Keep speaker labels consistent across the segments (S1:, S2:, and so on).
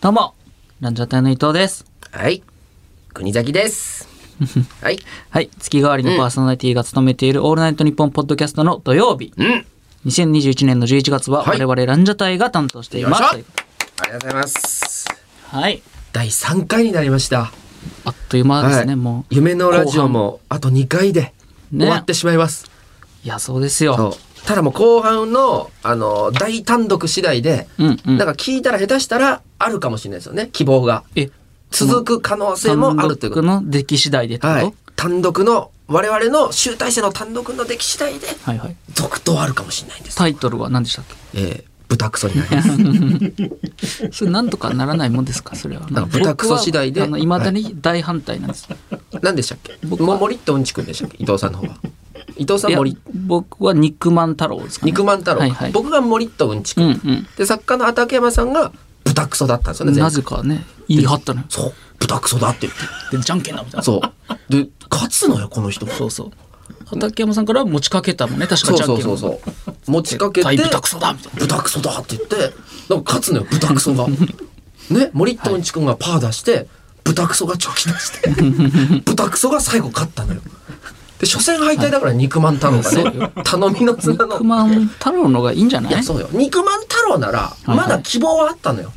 S1: どうも、ランジャタイの伊藤です。
S2: はい。国崎 です。はい。
S1: はい、月替わりのパーソナリティが務めているオールナイトニッポンポッドキャストの土曜日、
S2: うん。あり
S1: 2021年の11月は
S2: は
S1: 我
S2: い
S1: 々ランジャタイが担当しています。
S2: よいしょ
S1: ということで
S2: がとうございます。
S1: はい、
S2: 第3回になりました。
S1: あっという間ですね、
S2: はい
S1: もう。
S2: 夢のラジ
S1: 後
S2: オ
S1: 半
S2: もあと2回で
S1: ね
S2: 終わってしまいます。
S1: いや、そうですよ。
S2: そう。ただもう後半の、あの、大単独次第で、
S1: うんうん
S2: なんか聞いたら下手したらあるかもしれないですよね。希望が。
S1: え、
S2: 続く可能性もあるというこ
S1: 単独の出来次第でって
S2: と。
S1: こと、
S2: は
S1: はいい、。
S2: 単独の、我々の集大成の単独の出来次第で、
S1: はい
S2: 続投あるかもしれないです。
S1: タイトルは何でしたっ
S2: えー、豚クソに なります。
S1: けそれなんとかならないもんですかそれは。
S2: なんか豚クソ次第で
S1: 僕はあの、未だに大反対なんです。
S2: 何でしたっけ
S1: 僕
S2: 僕
S1: は
S2: は森ってうんちくんでしたっけ伊藤さんの方は伊藤 さ
S1: い
S2: ん
S1: や
S2: 森
S1: 僕は肉まん太郎ですか、ね。
S2: 肉まん太郎、
S1: はいはい。
S2: 僕が森とうんちく、
S1: うんん
S2: で作家の畠山さんが豚クソだったんですよ
S1: う
S2: ね
S1: ん。
S2: 前
S1: な
S2: 回
S1: ぜかね、言い張ったのよ。
S2: そう豚クソだって言って
S1: で、じゃんけんなみたいな。
S2: そうで勝つのよこの人
S1: そうそう。畠山さんから持ちかけたもんね、確か
S2: そう
S1: じゃん
S2: そう
S1: けん
S2: そ
S1: も
S2: うそう持ちかけて
S1: 対豚クソだみたいな。
S2: 豚クソだって言ってなんか勝つのよ豚ク ソがね森とうんちくんがパー出して豚クソがチョキ出して 豚クソが最後勝ったのよで初戦敗退だから肉まん太郎がね、
S1: そうよ
S2: 頼みの綱の
S1: 肉まん太郎のがいいんじゃない
S2: いやそうよ肉まん太郎なら
S1: いはい
S2: まだ希望はあったのよ、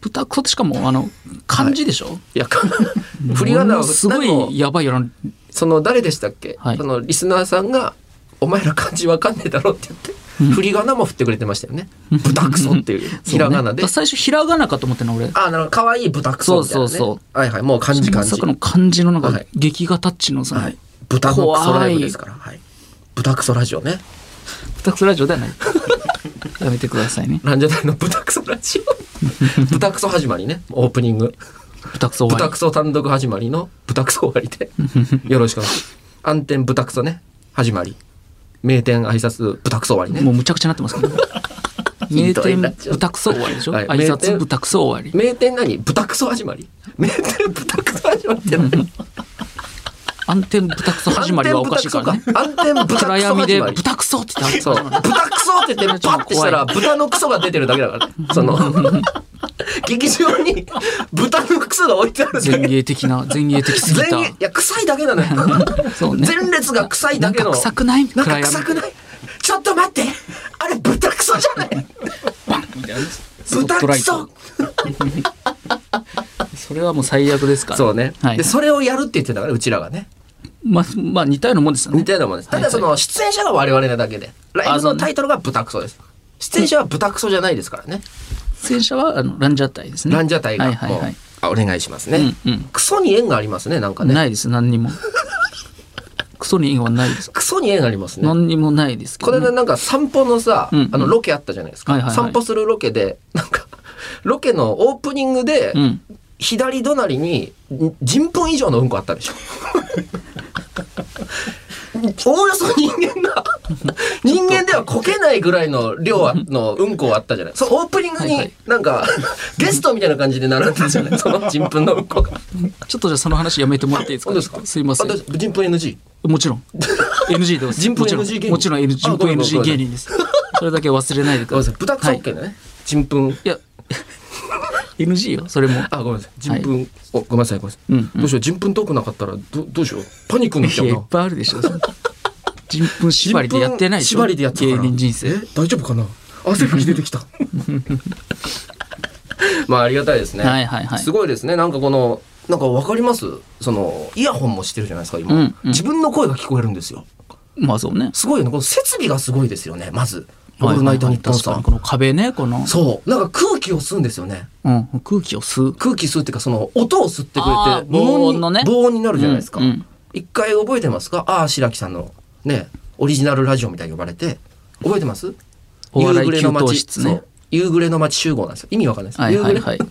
S1: 豚クソってしかも、あの、漢字でしょ
S2: いやか 振り仮名
S1: も
S2: を
S1: のすご
S2: なんか
S1: いやばいよな。
S2: その誰でしたっけ、
S1: はい
S2: そのリスナーさんが「お前ら漢字わかんねえだろ」って言って、振り仮名も振ってくれてましたよね「豚クソ」っていうひらがなで、
S1: そうね最初、ひらがなかと思ってんの、俺。
S2: ああなるほどかわいい豚クソみたいな、ね、
S1: そうそうそ
S2: はいはいもう漢字
S1: ま
S2: 漢
S1: さ
S2: 字
S1: かの漢字のなんか
S2: はい、
S1: 劇画タッチのその
S2: はい、豚のクソライブですから、はい、豚クソラジオね
S1: 豚クソラジオで はない。やめてくださいね。
S2: ランジャタイの豚クソラ ジオ豚クソ始まりねオープニング
S1: 豚クソ終
S2: 豚
S1: わ
S2: クソ単独始まりの豚クソ終わ りでよろしくお願いします暗転豚クソね始まり名店挨拶豚クソ終わり
S1: り。
S2: ね
S1: もうむちゃくちゃなってますけど。名
S2: ひどい
S1: 店
S2: ラジオ
S1: 豚クソ終わりでしょ
S2: は
S1: 挨
S2: い名
S1: 拶
S2: 店
S1: 豚クソ終わり。
S2: 名店何豚クソ始まり名店豚クソ始まりって何
S1: 暗転豚クソ 始まりはおかしいからね。
S2: 暗転豚クソか
S1: 暗
S2: 暗
S1: 闇
S2: 転
S1: で
S2: 豚クソ始まり
S1: 豚クソって言って
S2: そう豚クソって言ってパッてしたら豚のクソが出てるだけだからその 劇場に豚のクソが置いてあるだ
S1: 前
S2: け
S1: 衛的な前衛的すぎ
S2: 全員
S1: た
S2: いや臭いだけなのよ
S1: そうね
S2: 前列が臭いだけの
S1: なんか臭くない
S2: なんか臭くないちょっと待ってあれ豚クソじゃ ない豚クソ
S1: それはもう最悪ですから
S2: そうね、
S1: はい
S2: でそれをやるって言ってたからうちらがね
S1: まあまあ似たようなもんですよね
S2: 似たようなもんですただそ
S1: は
S2: の出演者が我々なだけでライブ
S1: そう
S2: の
S1: ね
S2: タイトルが豚クソです出演者は豚クソじゃないですからね
S1: 出演者はあのランジャタイですね
S2: ランジャタイが
S1: は
S2: も、
S1: いうはいはい
S2: あお願いしますね、
S1: うんうん
S2: クソに縁がありますねなんかね
S1: ないです何にも クソに縁はないです
S2: クソに縁がありますね
S1: 何にもないですけ
S2: こ
S1: ど
S2: れ
S1: ね
S2: でなんか散歩のさ、
S1: うんうん
S2: あのロケあったじゃないですか、
S1: はいはいはい
S2: 散歩するロケでなんかロケのオープニングで、
S1: うん
S2: 左隣にん人分以上のうんこあっ たでしょおおよそ人間が人間ではこけないぐらいの量あのうんこあったじゃないそうオープニング
S1: はいはい
S2: になんか、ゲストみたいな感じで並んだじゃないその人分のうんこが
S1: ちょっとじゃあその話やめてもらっていいですか
S2: 本当ですか
S1: すいません
S2: あだ人分 NG
S1: もちろん NG でございます
S2: 人分
S1: もちろん
S2: NG 芸人
S1: もちろん NG 人
S2: あごめ
S1: 分
S2: んごめん
S1: NG 芸人ですそれだけ忘れないでく
S2: ごめ
S1: だ
S2: んな
S1: さ
S2: さ
S1: い
S2: い豚クソ OK だね、人分
S1: いや NG よそれも
S2: あごめんなさい人分、おごめんなさいごめんなさい、
S1: うん
S2: どうしよう人分遠くなかったらどどうしようパニックになっ
S1: い
S2: ちゃ
S1: や
S2: う
S1: いっ
S2: な
S1: ぱいあるでしょ。その人分縛りでやってないでしょ。
S2: 縛りでやってた
S1: 芸
S2: から
S1: 人人生
S2: え。大丈夫かな汗吹き出て きたまあありがたいですね、
S1: はいはいはい
S2: すごいですねなんかこのなんかわかりますそのイヤホンもしてるじゃないですか今、
S1: うんうん
S2: 自分の声が聞こえるんですよ
S1: まあそうね。
S2: すごいよねこの設備がすごいですよねまず「オ
S1: は
S2: ー
S1: い
S2: ルナイトニッポン」
S1: 確
S2: さ
S1: かに
S2: ん
S1: この壁ね、この、
S2: そうなんか空気を吸うんですよね
S1: うん、空気を吸う。
S2: 空気吸うっていうかその音を吸ってく
S1: あー
S2: れて
S1: 防音
S2: に
S1: のね
S2: 防音になるじゃないですか、
S1: うんうん
S2: 一回覚えてますかああ白木さんのねオリジナルラジオみたいに呼ばれて覚えてます
S1: お笑い
S2: 夕暮れの
S1: 給湯
S2: 街
S1: 室ね
S2: そう夕暮れの街集合なんですよ意味わかんないです、
S1: はいはいはい
S2: 夕。暮れ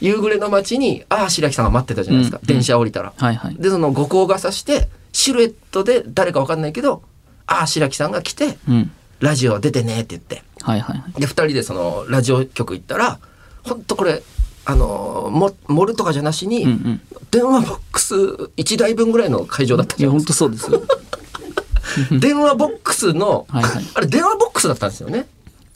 S2: 夕暮れの街にああ白木さんが待ってたじゃないですか、
S1: うん
S2: 電車降りたら、
S1: はいはい。
S2: でその五光がさしてシルエットで誰かわかんないけどああ白木さんが来て
S1: うん。
S2: ラジオ出てねって言って
S1: はいはいはい。
S2: で2人でそのラジオ局行ったらほんとこれあのーも盛るとかじゃなしに、
S1: うんうん。
S2: 電話ボックス1台分ぐらいの会場だった
S1: い
S2: じゃ
S1: や、
S2: ない
S1: 本
S2: です
S1: 当そうですよ。
S2: か電話ボックスの、
S1: はいはい
S2: あれ電話ボックスだったんですよね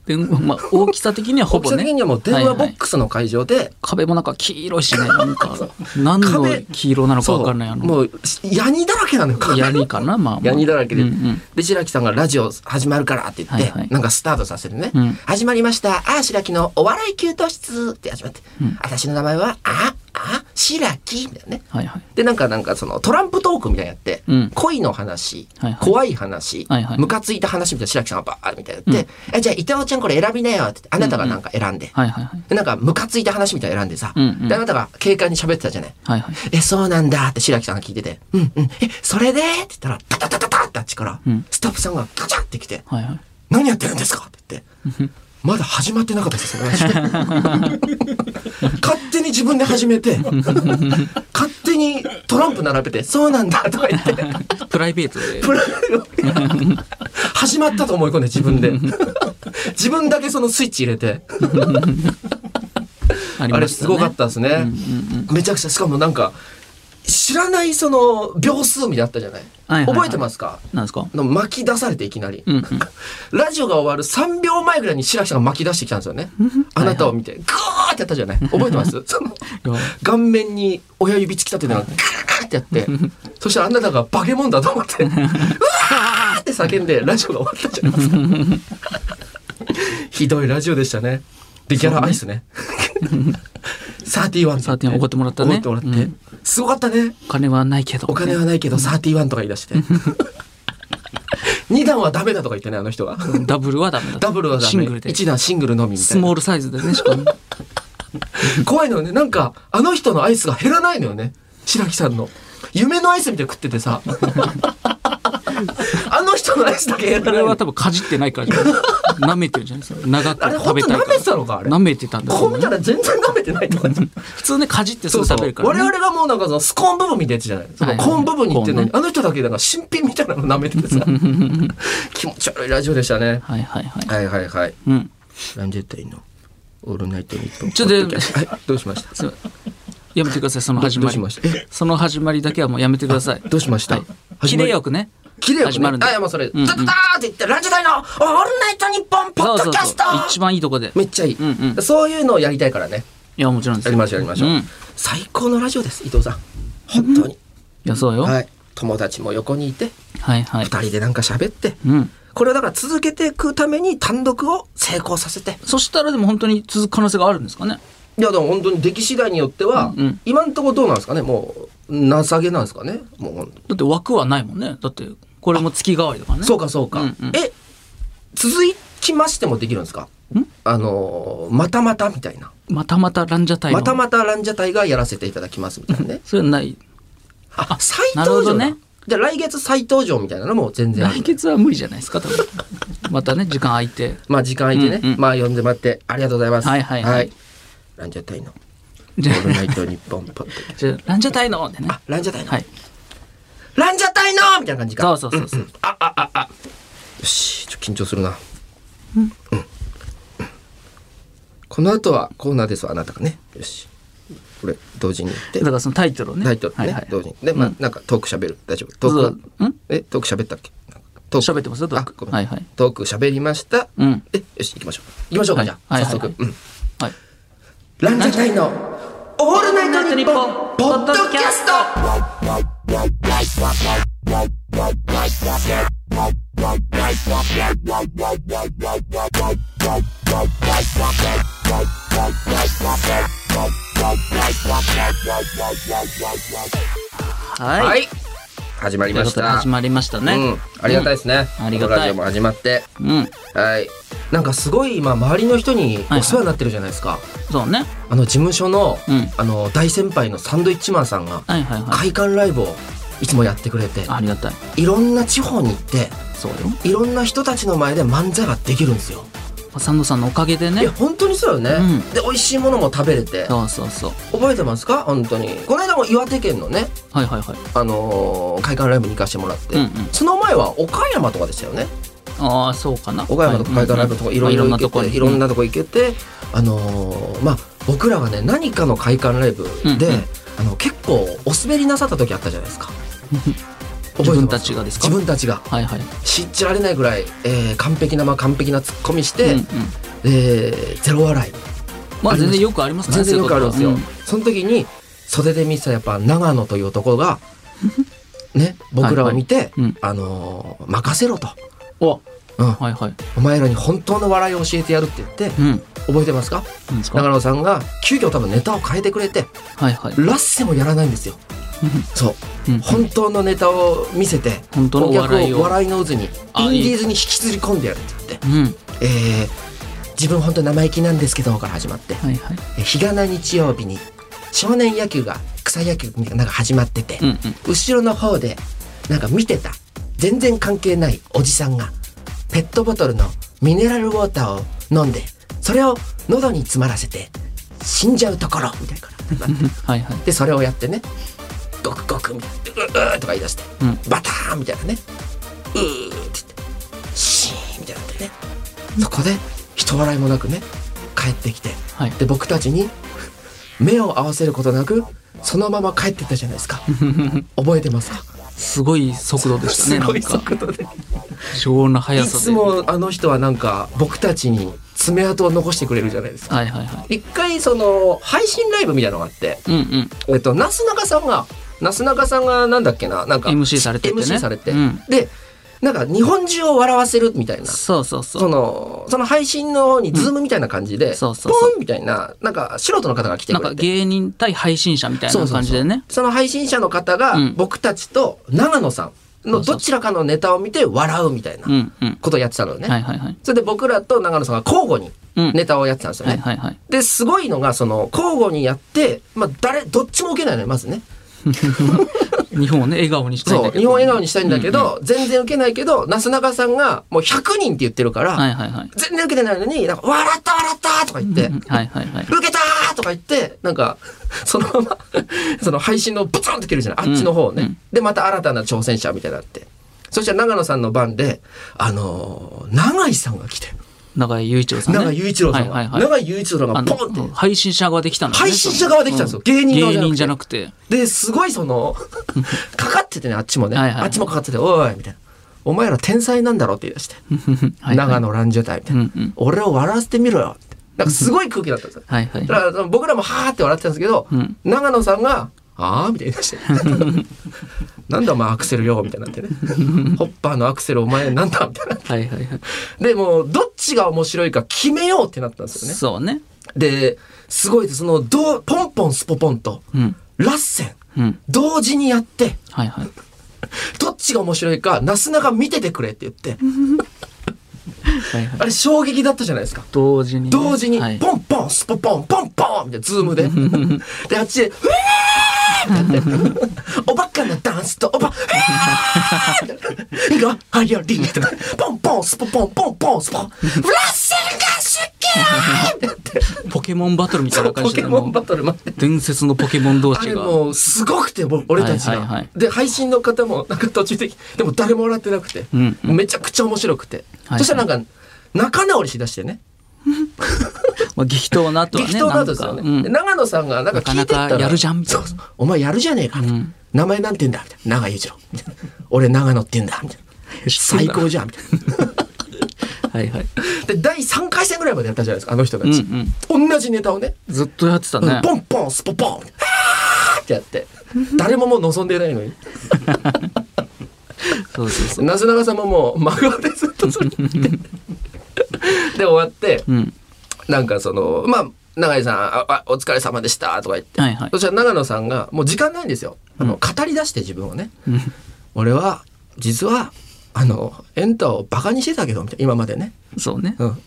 S1: 電話、まあ、大きさ的にはほ
S2: 大き
S1: ぼ
S2: さ
S1: ね。
S2: 的にはもう電
S1: はいは
S2: 話
S1: い
S2: ボックスの会場で、
S1: 壁もなんか黄色いしね、なんか、何の
S2: 壁
S1: 黄色なのかわかんない。あの、
S2: もうヤニだらけなのよ
S1: ヤニかな、まあ、まあ。
S2: ヤニだらけで、
S1: うんうん
S2: で白木さんがラジオ始まるからって言って、
S1: はいはい
S2: なんかスタートさせるね、
S1: うん
S2: 始まりましたあー白木のお笑い給湯室って始まって、私の名前はああ白木みたいなね
S1: はいはい。
S2: でなんかなんかそのトランプトークみたいなのやって、
S1: うん
S2: 恋の話、
S1: はいはい
S2: 怖い話、
S1: はいはい
S2: ムカついた話みたいな白木さんがバーッみたいなやって、えじゃあ伊藤ちゃんこれ選びなよって言ってあなたがなんか選んで、
S1: はいはいはい。
S2: でなんかムカついた話みたいなの選んでさ、
S1: うんうん
S2: であなたが警官に喋ってたじゃない、
S1: はいはい。
S2: え、そうなんだって白木さんが聞いてて、うんうん、え、それでって言ったら、タタタタタってあっちから、スタッフさんがガチャって来て、
S1: はいはい。
S2: 何やってるんですかって言って、まだ始まってなかったですよ、そ の話勝手に自分で始めて、勝手にトランプ並べて、そうなんだとか言って、
S1: プライベートで。
S2: プラ始まったと思い込んで自分で。自分だけそのスイッチ入れて、
S1: あり
S2: あ
S1: ま
S2: れ
S1: し
S2: す
S1: たね
S2: ごかったですね。めちゃくちゃ、しかもなんか、知らないその秒数みたいなのあったじゃない,、
S1: はいはいはい
S2: 覚えてますか
S1: なんですか
S2: の巻き出されていきなり、
S1: んうん
S2: ラジオが終わる3秒前ぐらいに白木さんが巻き出してきたんですよね。あなたを見て、グーってやったじゃない覚えてますその
S1: いや
S2: 顔面に親指突き立てながら、グーってやって、 そしたらあなたがバケモンだと思って、うわーって叫んでラジオが終わったじゃないですか。ひどいラジオでしたね。で、ギャラアイスね。 サーティワン
S1: サーティワン怒ってもらったね
S2: 怒ってもらって。
S1: うん
S2: すごかったね。
S1: お金はないけど。
S2: お金はないけど、サーティワンとか言い出 して。二段はダメだとか言ってね、あの人は。
S1: ダブルはダメだった。
S2: ダブルはダメ。
S1: シングルで。
S2: 一段シングルのみみた
S1: ス
S2: いな
S1: モ。ールサイズでね、し かも。
S2: 怖いのよね。なんか、あの人のアイスが減らないのよね。白木さんの。夢のアイスみたいに食ってて さ。あの人のアイスだけ減
S1: こ
S2: ら
S1: れ
S2: ない
S1: は
S2: の。
S1: 多分かじってないからじゃない舐めてるじゃないですか。長
S2: あれ、
S1: く食
S2: 本
S1: べ
S2: 当
S1: たい
S2: 舐
S1: か
S2: め
S1: ら。
S2: てたのか、あれ。
S1: 舐めてたんだと
S2: こう
S1: 思
S2: 見
S1: う
S2: たら全然舐めてないとか。
S1: 普通ね、かじってす
S2: そう
S1: ぐ
S2: そう
S1: 食べるから
S2: 我
S1: ね。
S2: 々がもうなんかそのスコーン部分みたいなやつじゃないその
S1: はいはい
S2: コーン部分に行ってるのに、
S1: コ
S2: あの人だけなんか新品みたいなの舐めて てさ気持ち悪いラジオでしたね
S1: はいはいはい。
S2: はいはいはい
S1: うん。
S2: 何で言ったらいいのオールナイトニッポン
S1: ちょっと
S2: ポッドキャストはいどうしました
S1: すやめてください、その始
S2: ど
S1: ま
S2: うし
S1: り
S2: ま。したえ
S1: その始まりだけはもうやめてください。
S2: どうしました
S1: はい
S2: 始
S1: 切
S2: まり
S1: れよくね。
S2: 綺麗よ
S1: 始まるんで
S2: あいやもうそれ「
S1: んうん
S2: ダダダー!」って言って「ラジオ台のオールナイトニッポンポ
S1: そう
S2: ッ
S1: そ
S2: ド
S1: う
S2: キャ
S1: そ
S2: ス
S1: う
S2: ト」。
S1: 一番いいとこで。
S2: めっちゃい
S1: うんう
S2: いそういうのをやりたいからね
S1: いや、もちろんです
S2: や
S1: よ。
S2: りましょうやりましょ
S1: うん
S2: う
S1: い
S2: 最高のラジオです伊藤さん本当に
S1: や、そうよ。は
S2: はいい友達も横にいて
S1: はい。
S2: 二人でなんか喋って
S1: うん。
S2: これをだから続けていくために単独を成功させて
S1: そしたらでも本当に続く可能性があるんですかね。
S2: いやでも本当に出来次第によっては、
S1: うんうん
S2: 今んとこどうなんですかねもう情けなんですかねもう本
S1: だ
S2: 当
S1: って枠はないもんね。だって、これも月替わりだからね。
S2: そうかそうか、
S1: うんうん
S2: え続きましてもできるんですかあのーまたまたみたいな
S1: またまたランジャタイの。
S2: またまたランジャタイがやらせていただきますみ たいなね
S1: それはない。
S2: あ再
S1: なるほ
S2: 登場
S1: ど
S2: だ
S1: ね
S2: じゃあ来月再登場みたいなのも全然ある
S1: 来月は無理じゃないですか、多分。 またね、時間空いて。
S2: まあ時間空いてね、
S1: うんうん
S2: まあ呼んでもらってありがとうございます
S1: はいはいはい
S2: ランジャタイの
S1: じ
S2: 「オ
S1: ゃ
S2: ールナ
S1: あ、
S2: イトニッポン」ポッドキャスト
S1: じゃあランジャタイのでね。
S2: あランジャタイの
S1: はい。
S2: ランジャタイのみたいな感じか。
S1: そうそうそうそう。
S2: んんあ、あ、あ、あ。よし、ちょっと緊張するな。うん。うんこの後はコーナーですわ、あなたがね。よし。これ、同時に言って
S1: だか。らそのタイトルをね。
S2: タイトルね、
S1: はいはい。
S2: 同時に。で、まあ、なんかトーク喋る。大丈夫。トー
S1: そ
S2: ク
S1: う
S2: は
S1: ん
S2: え、トーク喋ったっけなんかト
S1: 喋ってますよトーク
S2: あごめん
S1: はいはい
S2: トーク喋りました。
S1: うん
S2: え、よし、行きましょう。行きましょうか、
S1: はい
S2: じゃ
S1: は
S2: あ。
S1: い
S2: 早速。
S1: はい
S2: うん。
S1: はい。
S2: ランジャタイのオールナイトニッポンポッドキャスト
S1: はい。
S2: はい。始まり
S1: という
S2: ま
S1: こ
S2: し
S1: とで
S2: た。
S1: 始まりましたね。
S2: うん、ありがたいですね。
S1: うんありがたい
S2: このラジオも始まって。
S1: うん。うん。
S2: はい。なんかすごい今周りの人に
S1: いはい
S2: お世話になってるじゃないですか。
S1: そうね。
S2: あの事務所の、
S1: うん
S2: あの大先輩のサンドイッチマンさんが
S1: はいはいはい。
S2: 会館ライブをいつもやってくれて、
S1: ありがたい。
S2: いろんな地方に行って、
S1: そうよ。
S2: いろんな人たちの前で漫才ができるんですよ。
S1: サンドさんのおかげで
S2: い
S1: ね
S2: や。本当にそうよね。
S1: うん
S2: で美味しいものも食べれて、
S1: そうそうそう。
S2: 覚えてますか本当に。この間も岩手県のね、
S1: はいはいはい。
S2: あのー会館ライブに行かしてもらって、
S1: うんうん
S2: その前は岡山とかでしたよね。
S1: ああ、そうかな。
S2: 岡山とか海外ライブとかいろいろ行けていろん
S1: な。
S2: なとこ行けてあのーまあ僕らがね何かの会館ライブ
S1: うん
S2: で
S1: うん
S2: あの結構お滑りなさった時あったじゃないですか。
S1: 自分たちがですか
S2: 自分たちが
S1: はいはい。
S2: 信じられないぐらい、えー完璧なまあ完璧なツッコミして、
S1: うんうん
S2: えーゼロ笑い
S1: まあ
S2: あります
S1: 全然よくありますから
S2: 全
S1: ね
S2: 然よくあるんですよ、
S1: そういうこ
S2: その時に袖で見てたやっぱ長野という 男がね僕らを見て、
S1: とはうん
S2: あのー任せろと、
S1: お
S2: うん
S1: はいはい。
S2: お前らに本当の笑いを教えてやるって言って
S1: うん。
S2: 覚えてますか
S1: なんですか
S2: 長野さんが急遽多分ネタを変えてくれて
S1: はいはい。
S2: ラッセもやらないんですよそう
S1: うん
S2: 本当のネタを見せて
S1: 本当の
S2: お客
S1: 笑い
S2: を
S1: を。
S2: 笑いの渦にイン
S1: あ
S2: ディーズに引きずり込んでやるって言って
S1: うん。
S2: えー自分本当生意気なんですけどから始まって
S1: はいはい。
S2: えー日がな日曜日に少年野球が草野球みたいなのが始まってて、
S1: うんうん。
S2: 後ろの方でなんか見てた全然関係ないおじさんがペットボトルのミネラルウォーターを飲んでそれを喉に詰まらせて死んじゃうところみたいなのが始まって
S1: はいはい。
S2: でそれをやってねゴクゴクみたいなううーとか言い出し
S1: う
S2: て、
S1: ん
S2: バターンみたいなねうーって言ってシーンみたいになってねそこで人笑いもなくね帰ってきて
S1: はい。
S2: で僕たちに目を合わせることなくそのまま帰ってったじゃな いですか覚えてますか
S1: すごい速度でしたね、
S2: す
S1: な
S2: ご
S1: ん
S2: い
S1: か。
S2: 速度で
S1: 非常ない速さ
S2: つ
S1: で。
S2: もあの人はなんか僕たちに爪痕を残してくれるじゃないですか
S1: はいはいはい。
S2: 一回その配信ライブみたいなのがあって
S1: うんうん。
S2: えっと、なすなかさんが、なすなかさんがなんだっけな、なんか、
S1: MC されててね
S2: MC されて、
S1: うん
S2: で、なんか日本中を笑わせるみたいな、そ
S1: そうそうそう。
S2: の、その配信の方にズームみたいな感じで、
S1: そうそうそう
S2: ポンみたいな、なんか素人の方が来て
S1: なん
S2: くれ
S1: か
S2: て。
S1: 芸人対配信者みたいな感じでね。
S2: その配信者の方が
S1: うん
S2: 僕たちと長野さんのどちらかのネタを見て笑うみたいな
S1: うんうん。
S2: ことをやってたのよね。
S1: はいはいはい。
S2: それで僕らと長野さんが交互に
S1: うん。
S2: ネタをやってたんですよね。
S1: はいはいはい。
S2: で、すごいのが、その、交互にやって、まあ、誰、どっちも受けないのよ、まずね。
S1: 日本をね、笑顔にしたいん
S2: そ
S1: だ
S2: う、
S1: けど。
S2: 日本を笑顔にしたいんだけど、全然受けないけど、なすなかさんがもう100人って言ってるから、
S1: はいはいはい。
S2: 全然受けてないのに、なんか、笑った笑ったとか言って、
S1: うんはいはいはい。
S2: 受けたーとか言って、なんか、 そのまま、その配信のブツンって切るじゃない、あっちの方をね。
S1: うんうん
S2: で、また新たな挑戦者みたいになって。そしたら長野さんの番で、あのー永井さんが来て、
S1: 長井雄一郎さんね。
S2: 永井雄一郎さんが、
S1: はいはいはい。
S2: 永井雄一郎さ
S1: あ
S2: ん
S1: の
S2: がポンって、
S1: 配信者側できたのね
S2: 配信者側できたんです
S1: う
S2: よ
S1: ん
S2: 芸人側じゃなくて
S1: 芸人じゃなくて。
S2: で、すごいそ の、かかっててね、あっちもね、
S1: はいはい
S2: あっちもかかってて、おい、みたいな。お前ら天才なんだろって言い出して。
S1: はいはい
S2: 長野ランジェタイみたいな、
S1: うんうん
S2: 俺を笑わせてみろよってなんかすごい空気だったんですよ
S1: はいはい
S2: だ。からその僕らもはーって笑ってたんですけど、
S1: うん
S2: 長野さんが「ああ」みたいなして 「なんだお前アクセルよ」みたいになってね「ホッパーのアクセルお前なんだ」みたいな
S1: はいはいはい。
S2: でもうどっちが面白いか決めようってなったんですよね
S1: そうね。
S2: ですごいですそのどうポンポンスポポンと
S1: うん。
S2: ラッセン
S1: うん。
S2: 同時にやって
S1: はいはい。
S2: どっちが面白いかなすなか見ててくれって言って
S1: はいはい。
S2: あれ衝撃だったじゃないですか
S1: 同時にね。
S2: 同時に
S1: はい、
S2: ポンポンスポポンポンポンみたいなズー ムでであっちで「うえー!」って なって「おばかなダンスとおばうえ ー!」ってなって「はやり」ってなってポンポンスポポンポンポンスポン「ラッセ ルが好き!」ってなって
S1: ポケモンバトルみたいな感
S2: ポ
S1: じ
S2: ケ
S1: で、
S2: モン
S1: も
S2: バ
S1: う
S2: トル待って。
S1: 伝説のポケモン同
S2: あ
S1: 士
S2: れ
S1: が。
S2: もうすごくてもう俺たちが、
S1: はいはいはい
S2: で配信の方もなんか途中ででも誰も笑ってなくて、
S1: うんう
S2: めちゃくちゃ面白くて、
S1: はい
S2: そしたらなんか仲直りしだしてね
S1: まあ激闘の後はね。
S2: 激闘の後ですよね、
S1: なんか
S2: で長野さんがなんか聞いてったら
S1: なかなかやるじゃんみたいな
S2: そうそうお前やるじゃねえかみたいな、名前なんて言うんだみたいな長井雄一郎みたいな俺長野って言うんだみたいな
S1: 知ってん
S2: 最
S1: だ
S2: 高じゃんみたいな
S1: うんはいはい。
S2: で第3回戦ぐらいまでやったじゃないですかあの人たち、
S1: うん
S2: 同じネタをね
S1: ずっとやってた
S2: うん
S1: ね。
S2: ポンポンスポポンあーってやって誰ももう望んでないのに
S1: そうそうそう。
S2: なすなかさんももう真顔でずっとそれ見て で終わって
S1: うん。
S2: なんかそのまあ永井さんああ「お疲れ様でした」とか言って、
S1: はいはい
S2: そしたら長野さんがもう時間ないんですよあの、語り出して自分をね
S1: うん
S2: 俺は実はあのエンタをバカにしてたけどみたいな今までね、
S1: そうね。
S2: うん、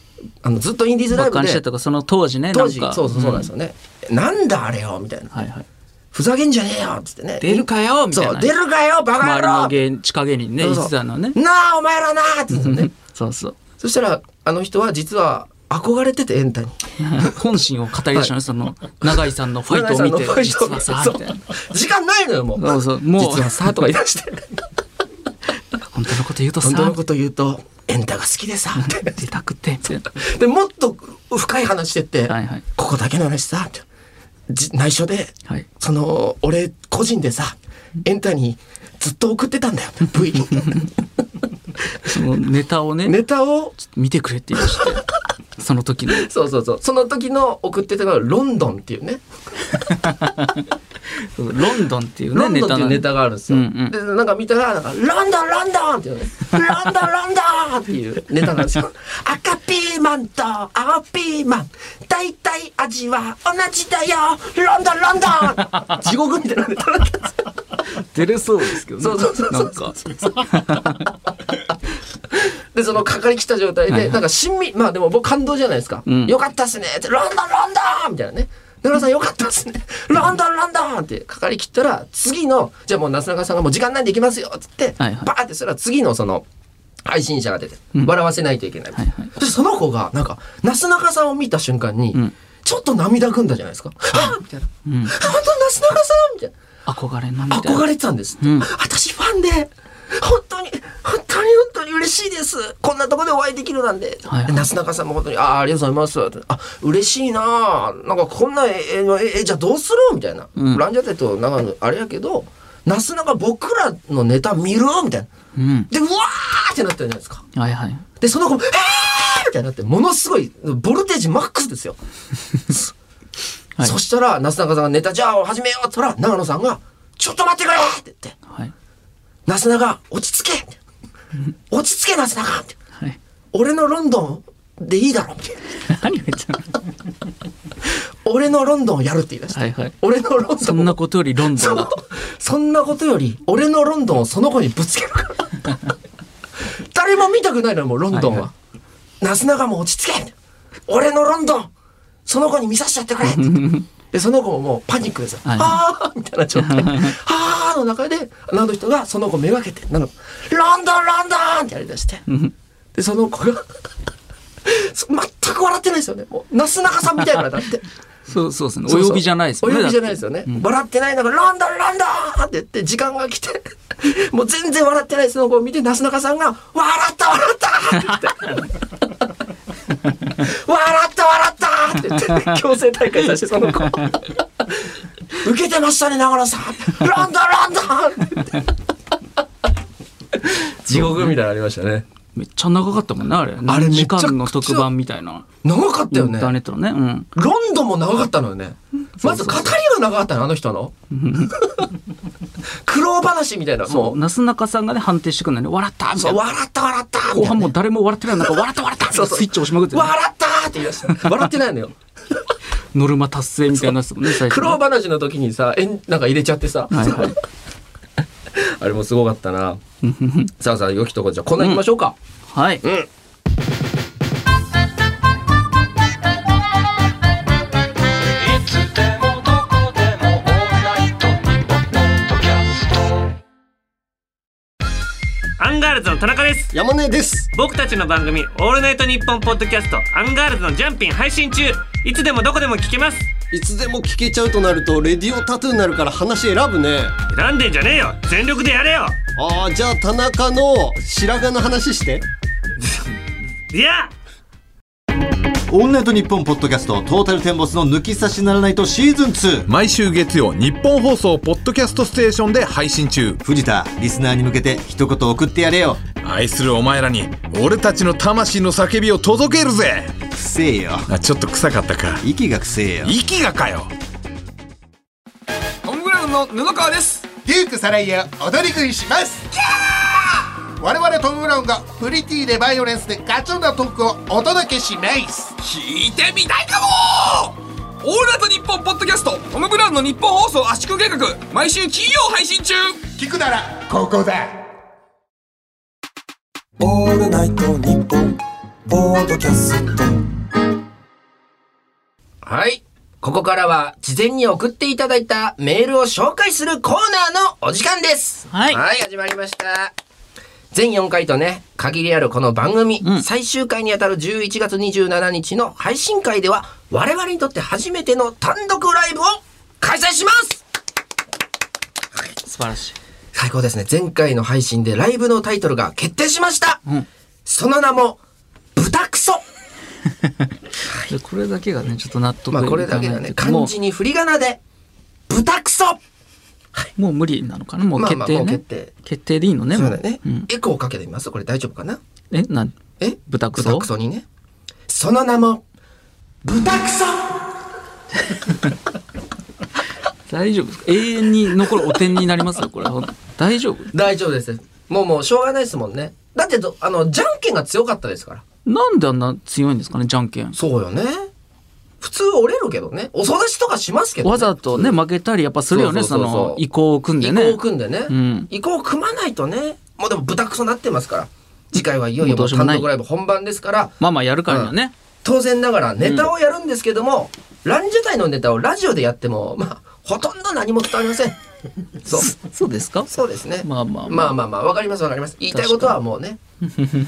S2: あのずっとインディーズラ
S1: バ
S2: イブ
S1: カにして
S2: で
S1: たとか、その当時ね、
S2: 当時
S1: なんか。
S2: そうそうそうなんで
S1: ん
S2: すよね、なんだあれよみたいな
S1: はいはい。
S2: ふざけんじゃねえよっつってね
S1: 出るかよみたいな
S2: そう出るかよバカ
S1: 周りの
S2: 野郎
S1: 芸地下芸人ね、
S2: そ
S1: 言
S2: うそう
S1: ってたのね。
S2: なあお前らなあって言ってね
S1: そうそう。
S2: そしたらあの人は実は憧れててエンタに
S1: 本心を語り出したのね、その、永井さんのファイトを見て、
S2: 長井さ
S1: 実
S2: んの
S1: は
S2: ファ
S1: さ、
S2: イトを
S1: みたいな。
S2: そう時間ないのよもう
S1: そうそうもう
S2: 実はさとか言い出して
S1: 本当のこと言うとさ、
S2: 本当のこ
S1: 出
S2: と言うとエンタが好きで さって
S1: たくて、みたいな。
S2: でもっと深い話してって、
S1: はいはい
S2: ここだけの話さってじ内緒で
S1: はい。
S2: その俺個人でさエンタにずっと送ってたんだよ V
S1: そのネタをね、
S2: ネタを
S1: 見てくれって言いま して、その時の。
S2: そうそうそうその時の送ってたのがロンドンっていうね
S1: ロンドンっていうね、
S2: ロンドンっていう
S1: なんで
S2: ネタがあるんですよ。
S1: うんうん
S2: でなんか見たらなんか「ロンドンロンドン!」っていうね「ロンドンロンドン!」っていうネタなんで すよ。赤ピーマンと青ピーマン大体味は同じだよロンドンロンドン地獄みたいなネタなんですよ
S1: 出れそうですけどね。
S2: そうそうそうそう
S1: なんか、
S2: でそのかかりきった状態で、なんか親身まあでも僕感動じゃないですか「
S1: ん
S2: よかったっすね」って「ロンドンロンドン!」みたいなね「野村さんよかったっすね」「ロンドンロンドン!」ってかかりきったら次のじゃあもうなすなかさんが「もう時間ないんで行きますよ」っつって、
S1: はいはい
S2: バーってしたら次のその配信者が出て笑わせないといけないみたいな、
S1: はい
S2: でその子がなんかなすなかさんを見た瞬間に、ちょっと涙ぐんだじゃないですか「あっ!」みたいな「本当なすなかさん!」みたいな。
S1: 憧れのみたいな。
S2: 憧れてたんですって、
S1: うん
S2: 私ファンで本当に本当に本当に嬉しいですこんなとこでお会いできるなんで、
S1: はいはい
S2: なすなかさんも本当に「ああありがとうございます」あ嬉しいななんかこんなええええじゃあどうする?」みたいな、
S1: うん
S2: ランジャタイと長野あれやけどなすなか僕らのネタ見るみたいな
S1: うん。
S2: でうわーってなったじゃないですか
S1: はいはい。
S2: でその子も「えー!」みたいになってものすごいボルテージマックスですよ、
S1: はい
S2: そしたらなすなかさんが「ネタじゃあ始めよう」って言ったら長野さんが「ちょっと待ってくれ!」って言って
S1: はい。
S2: ナスナが落ち着け落ち着けナスナが
S1: はい。
S2: 俺のロンドンでいいだろみたいな
S1: 何が言っちゃう
S2: 俺のロンドンをやるって言い出して、
S1: はいはい
S2: 俺のロンド
S1: そ
S2: ン
S1: ん
S2: を
S1: なことよりロンドン
S2: そ
S1: だ
S2: う
S1: と。
S2: そんなことより俺のロンドンをその子にぶつけるから 誰も見たくないのよもうロンドンは、
S1: は
S2: ナスナがもう落ち着け俺のロンドンその子に見させちゃって くれでその子ももうパニックですよ、
S1: はい
S2: ああみたいな状 態ああの中であの人がその子めがけてなんかロンドンロンドンってやりだして
S1: ん
S2: でその子が 全く笑ってないですよねもうなすなかさんみたいなだって。
S1: そうそうですね。
S2: そうそ
S1: お
S2: う
S1: 呼びじゃないですよね。
S2: お呼びじゃないですよね。笑ってないのが、ロンドン、ロンドンって言って、時間が来て、もう全然笑ってないその子を見て、なすなかさんが、笑った、笑った って言って。笑った、笑ったって言って、強制大会させて、その子。受けてましたね、長野さん。ロン ドン、ロンドンって言って。地獄みたいなのありましたね。
S1: めっちゃ長かったもんね、あれ。
S2: あれめちゃ
S1: 時
S2: くちゃ
S1: 間の特番みたいな。
S2: 長かった
S1: イ
S2: よ
S1: ン
S2: ね
S1: タ。ーネットのね。うん。
S2: ロンドンも長かったのよね。まず語りが長かったの、あの人の。苦労話みたいな、も
S1: そうう。。なすなかさんがね、判定してくるのに、笑ったみた
S2: そ、
S1: いうな。
S2: 笑った笑った
S1: 後半
S2: み
S1: もう誰も笑ってない中、笑った笑ったみたい
S2: そう
S1: な
S2: そう
S1: スイッチ押しまくったて
S2: い
S1: ね
S2: な、笑ったって言い出した。笑ってないのよ。
S1: ノルマ達成みたいなやつもんね、最
S2: 苦
S1: 初
S2: 労
S1: ね。
S2: 話の時にさ、えんなんか入れちゃってさ。
S1: はいはい。
S2: あれもすごかったな。さあさあ、良きとこじゃあ、こんなに行きましょうか。
S1: はい。
S3: いつでもどこでもオールナイトニッポンポッドキャスト
S4: アンガールズの田中です
S2: 山根です。
S4: 僕たちの番組「オールナイトニッポン」ポッドキャスト「アンガールズのジャンピン」配信中いつでもどこでも聞けます
S5: いつでも聞けちゃうとなるとレディオタトゥーになるから話選ぶね
S4: 選んでんじゃねえよ全力でやれよ
S5: ああじゃあ田中の白髪の話して
S4: いや
S6: オールナイトニッポンポッドキャストトータルテンボスの抜き差しならないとシーズン2
S7: 毎週月曜日本放送ポッドキャストステーションで配信中
S6: 藤田リスナーに向けて一言送ってやれよ
S7: 愛するお前らに俺たちの魂の叫びを届けるぜ
S6: くせえよ
S7: あちょっと臭かったか
S6: 息がくせえよ
S7: 息がかよ
S8: トム・ブラウンの布川です
S9: デュークサライヤ踊り食いします我々トム・ブラウンがプリティでバイオレンスでガチョンなトークをお届けします
S8: 聞いてみたいかもオールナイトニッポンポッドキャストトム・ブラウンの日本放送圧縮計画毎週金曜配信中
S9: 聞くならここだ
S2: はい。ここからは、事前に送っていただいたメールを紹介するコーナーのお時間です。
S1: はい
S2: 始まりました。全4回とね、限りあるこの番組、最終回にあたる11月27日の配信会では、我々にとって初めての単独ライブを開催します
S1: 素晴らしい。
S2: 最高ですね。前回の配信でライブのタイトルが決定しました、その名も、豚クソ
S1: でこれだけがねちょっと納得
S2: まあこれだけだね。漢字に振り仮名で、豚クソ
S1: もう無理なのかなもう
S2: まあ
S1: 決
S2: まあ
S1: 定
S2: もう
S1: ね
S2: 決定。
S1: 決定でいいのね
S2: そ
S1: も
S2: うだね
S1: ん。
S2: エコーかけてみますこれ大丈夫かな
S1: えなん
S2: え
S1: 豚クソ
S2: 豚クソにね。その名も、豚クソ
S1: 大丈夫ですか永遠に残るお点になりますよこれほん大丈夫
S2: 大丈夫です。もうもうしょうがないですもんね。だってど、あの、じゃんけんが強かったですから。
S1: なんであんな強いんですかねじゃんけん
S2: そうよね。普通折れるけどね。お育ちとかしますけど、
S1: わざとね負けたりやっぱするよね
S2: そ
S1: そう
S2: そうそうそう
S1: の意向を組んでね
S2: 意向を組んでね、
S1: うん
S2: 意向を組まないとねもうでも豚クソなってますから次回はいよい
S1: も
S2: よ
S1: うどう
S2: もう
S1: しようも
S2: 単
S1: ない
S2: 独ライブ本番ですから
S1: まあまあやるからにはね、
S2: 当然ながらネタをやるんですけども、ランジュタイのネタをラジオでやってもまあほとんど何も伝わりま せんそう
S1: そうですか
S2: そうですね
S1: まあまあま
S2: まあまあまあわかりますわかります言いたいことはもうね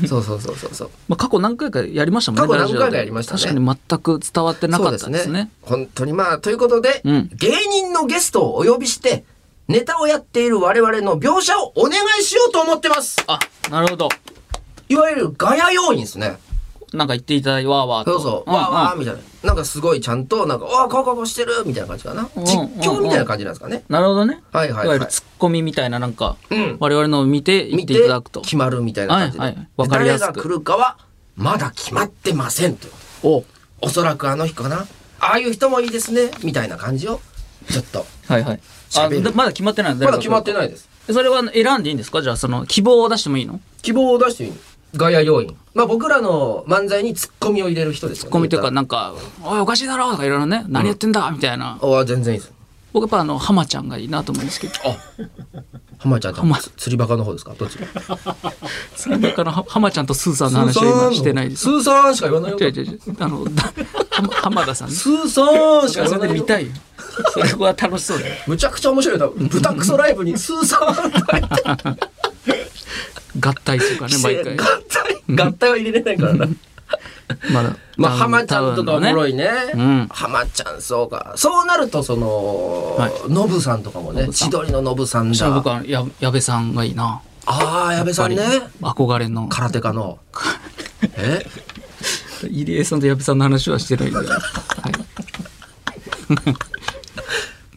S2: そうそうそうそうそう
S1: まあ、過去何回かやりましたもんね
S2: 過去何
S1: ラジオで
S2: 回かやりましたね
S1: 確かに全く伝わってなかったですね
S2: そう本当にまあということで、
S1: うん
S2: 芸人のゲストをお呼びしてネタをやっている我々の描写をお願いしようと思ってます
S1: あなるほど
S2: いわゆるガヤ要員ですね
S1: なんか言っていただいてわーわー
S2: そ
S1: と
S2: うそう、
S1: んん
S2: わーわーみたいななんかすごいちゃんとなんか「わあこうこうこうしてる」みたいな感じかな、
S1: うん
S2: 実況みたいな感じなんですかね、
S1: なるほどね、
S2: はいはいい
S1: わ
S2: は
S1: ゆ
S2: い
S1: るツッコミみたいななんか、
S2: うん
S1: 我々のを見て言
S2: 見
S1: ってていただくと
S2: 決まるみたいな感じで、
S1: はいはいわかりやすく
S2: 誰が来るかはまだ決まってませんというおおそらくあの日かなああいう人もいいですねみたいな感じをちょっ と
S1: はいはいあ
S2: 喋る
S1: だまだ決まってないの
S2: まだ決まって
S1: い
S2: ないです
S1: それは選んでいいんですかじゃあその希望を出してもいいの
S2: 希望を出していいガヤ要員まあ僕らの漫才にツッコミを入れる人ですよね
S1: ツッコミというかなんか「おいおかしいだろ」とかいろいろね「何やってんだ」みたいな、
S2: ああ全然いいです
S1: 僕やっぱあの浜ちゃんがいいなと思うんですけど
S2: 浜ちゃんと
S1: 浜
S2: 釣りバカの方ですかどっち
S1: だからは浜ちゃんとスーさんの話は今してないです
S2: スーさんしか言わないよ
S1: 違う違う違うあのだ浜浜田さんね
S2: スーさんし
S1: それで
S2: か言わない
S1: 見
S2: よ
S1: たいよそれは楽しそうだよ
S2: むちゃくちゃ面白いよ豚クソライブにスーさんとか言って
S1: 合体と かね毎回
S2: 合体合体は入れれないからな
S1: まだ
S2: まあ浜ちゃんとかおもろ
S1: い
S2: いね
S1: うん
S2: 浜ちゃんそうかそうなるとその
S1: はい
S2: ノブさんとかも
S1: ノ
S2: ね
S1: ブさん
S2: 千鳥のノブさん
S1: そしたら僕
S2: だ
S1: はや矢部さんがいいな
S2: ああ矢部さんね
S1: やっぱり憧れの
S2: 空手 家のえ
S1: 入江さんと矢部さんの話はしてないんで、 はい、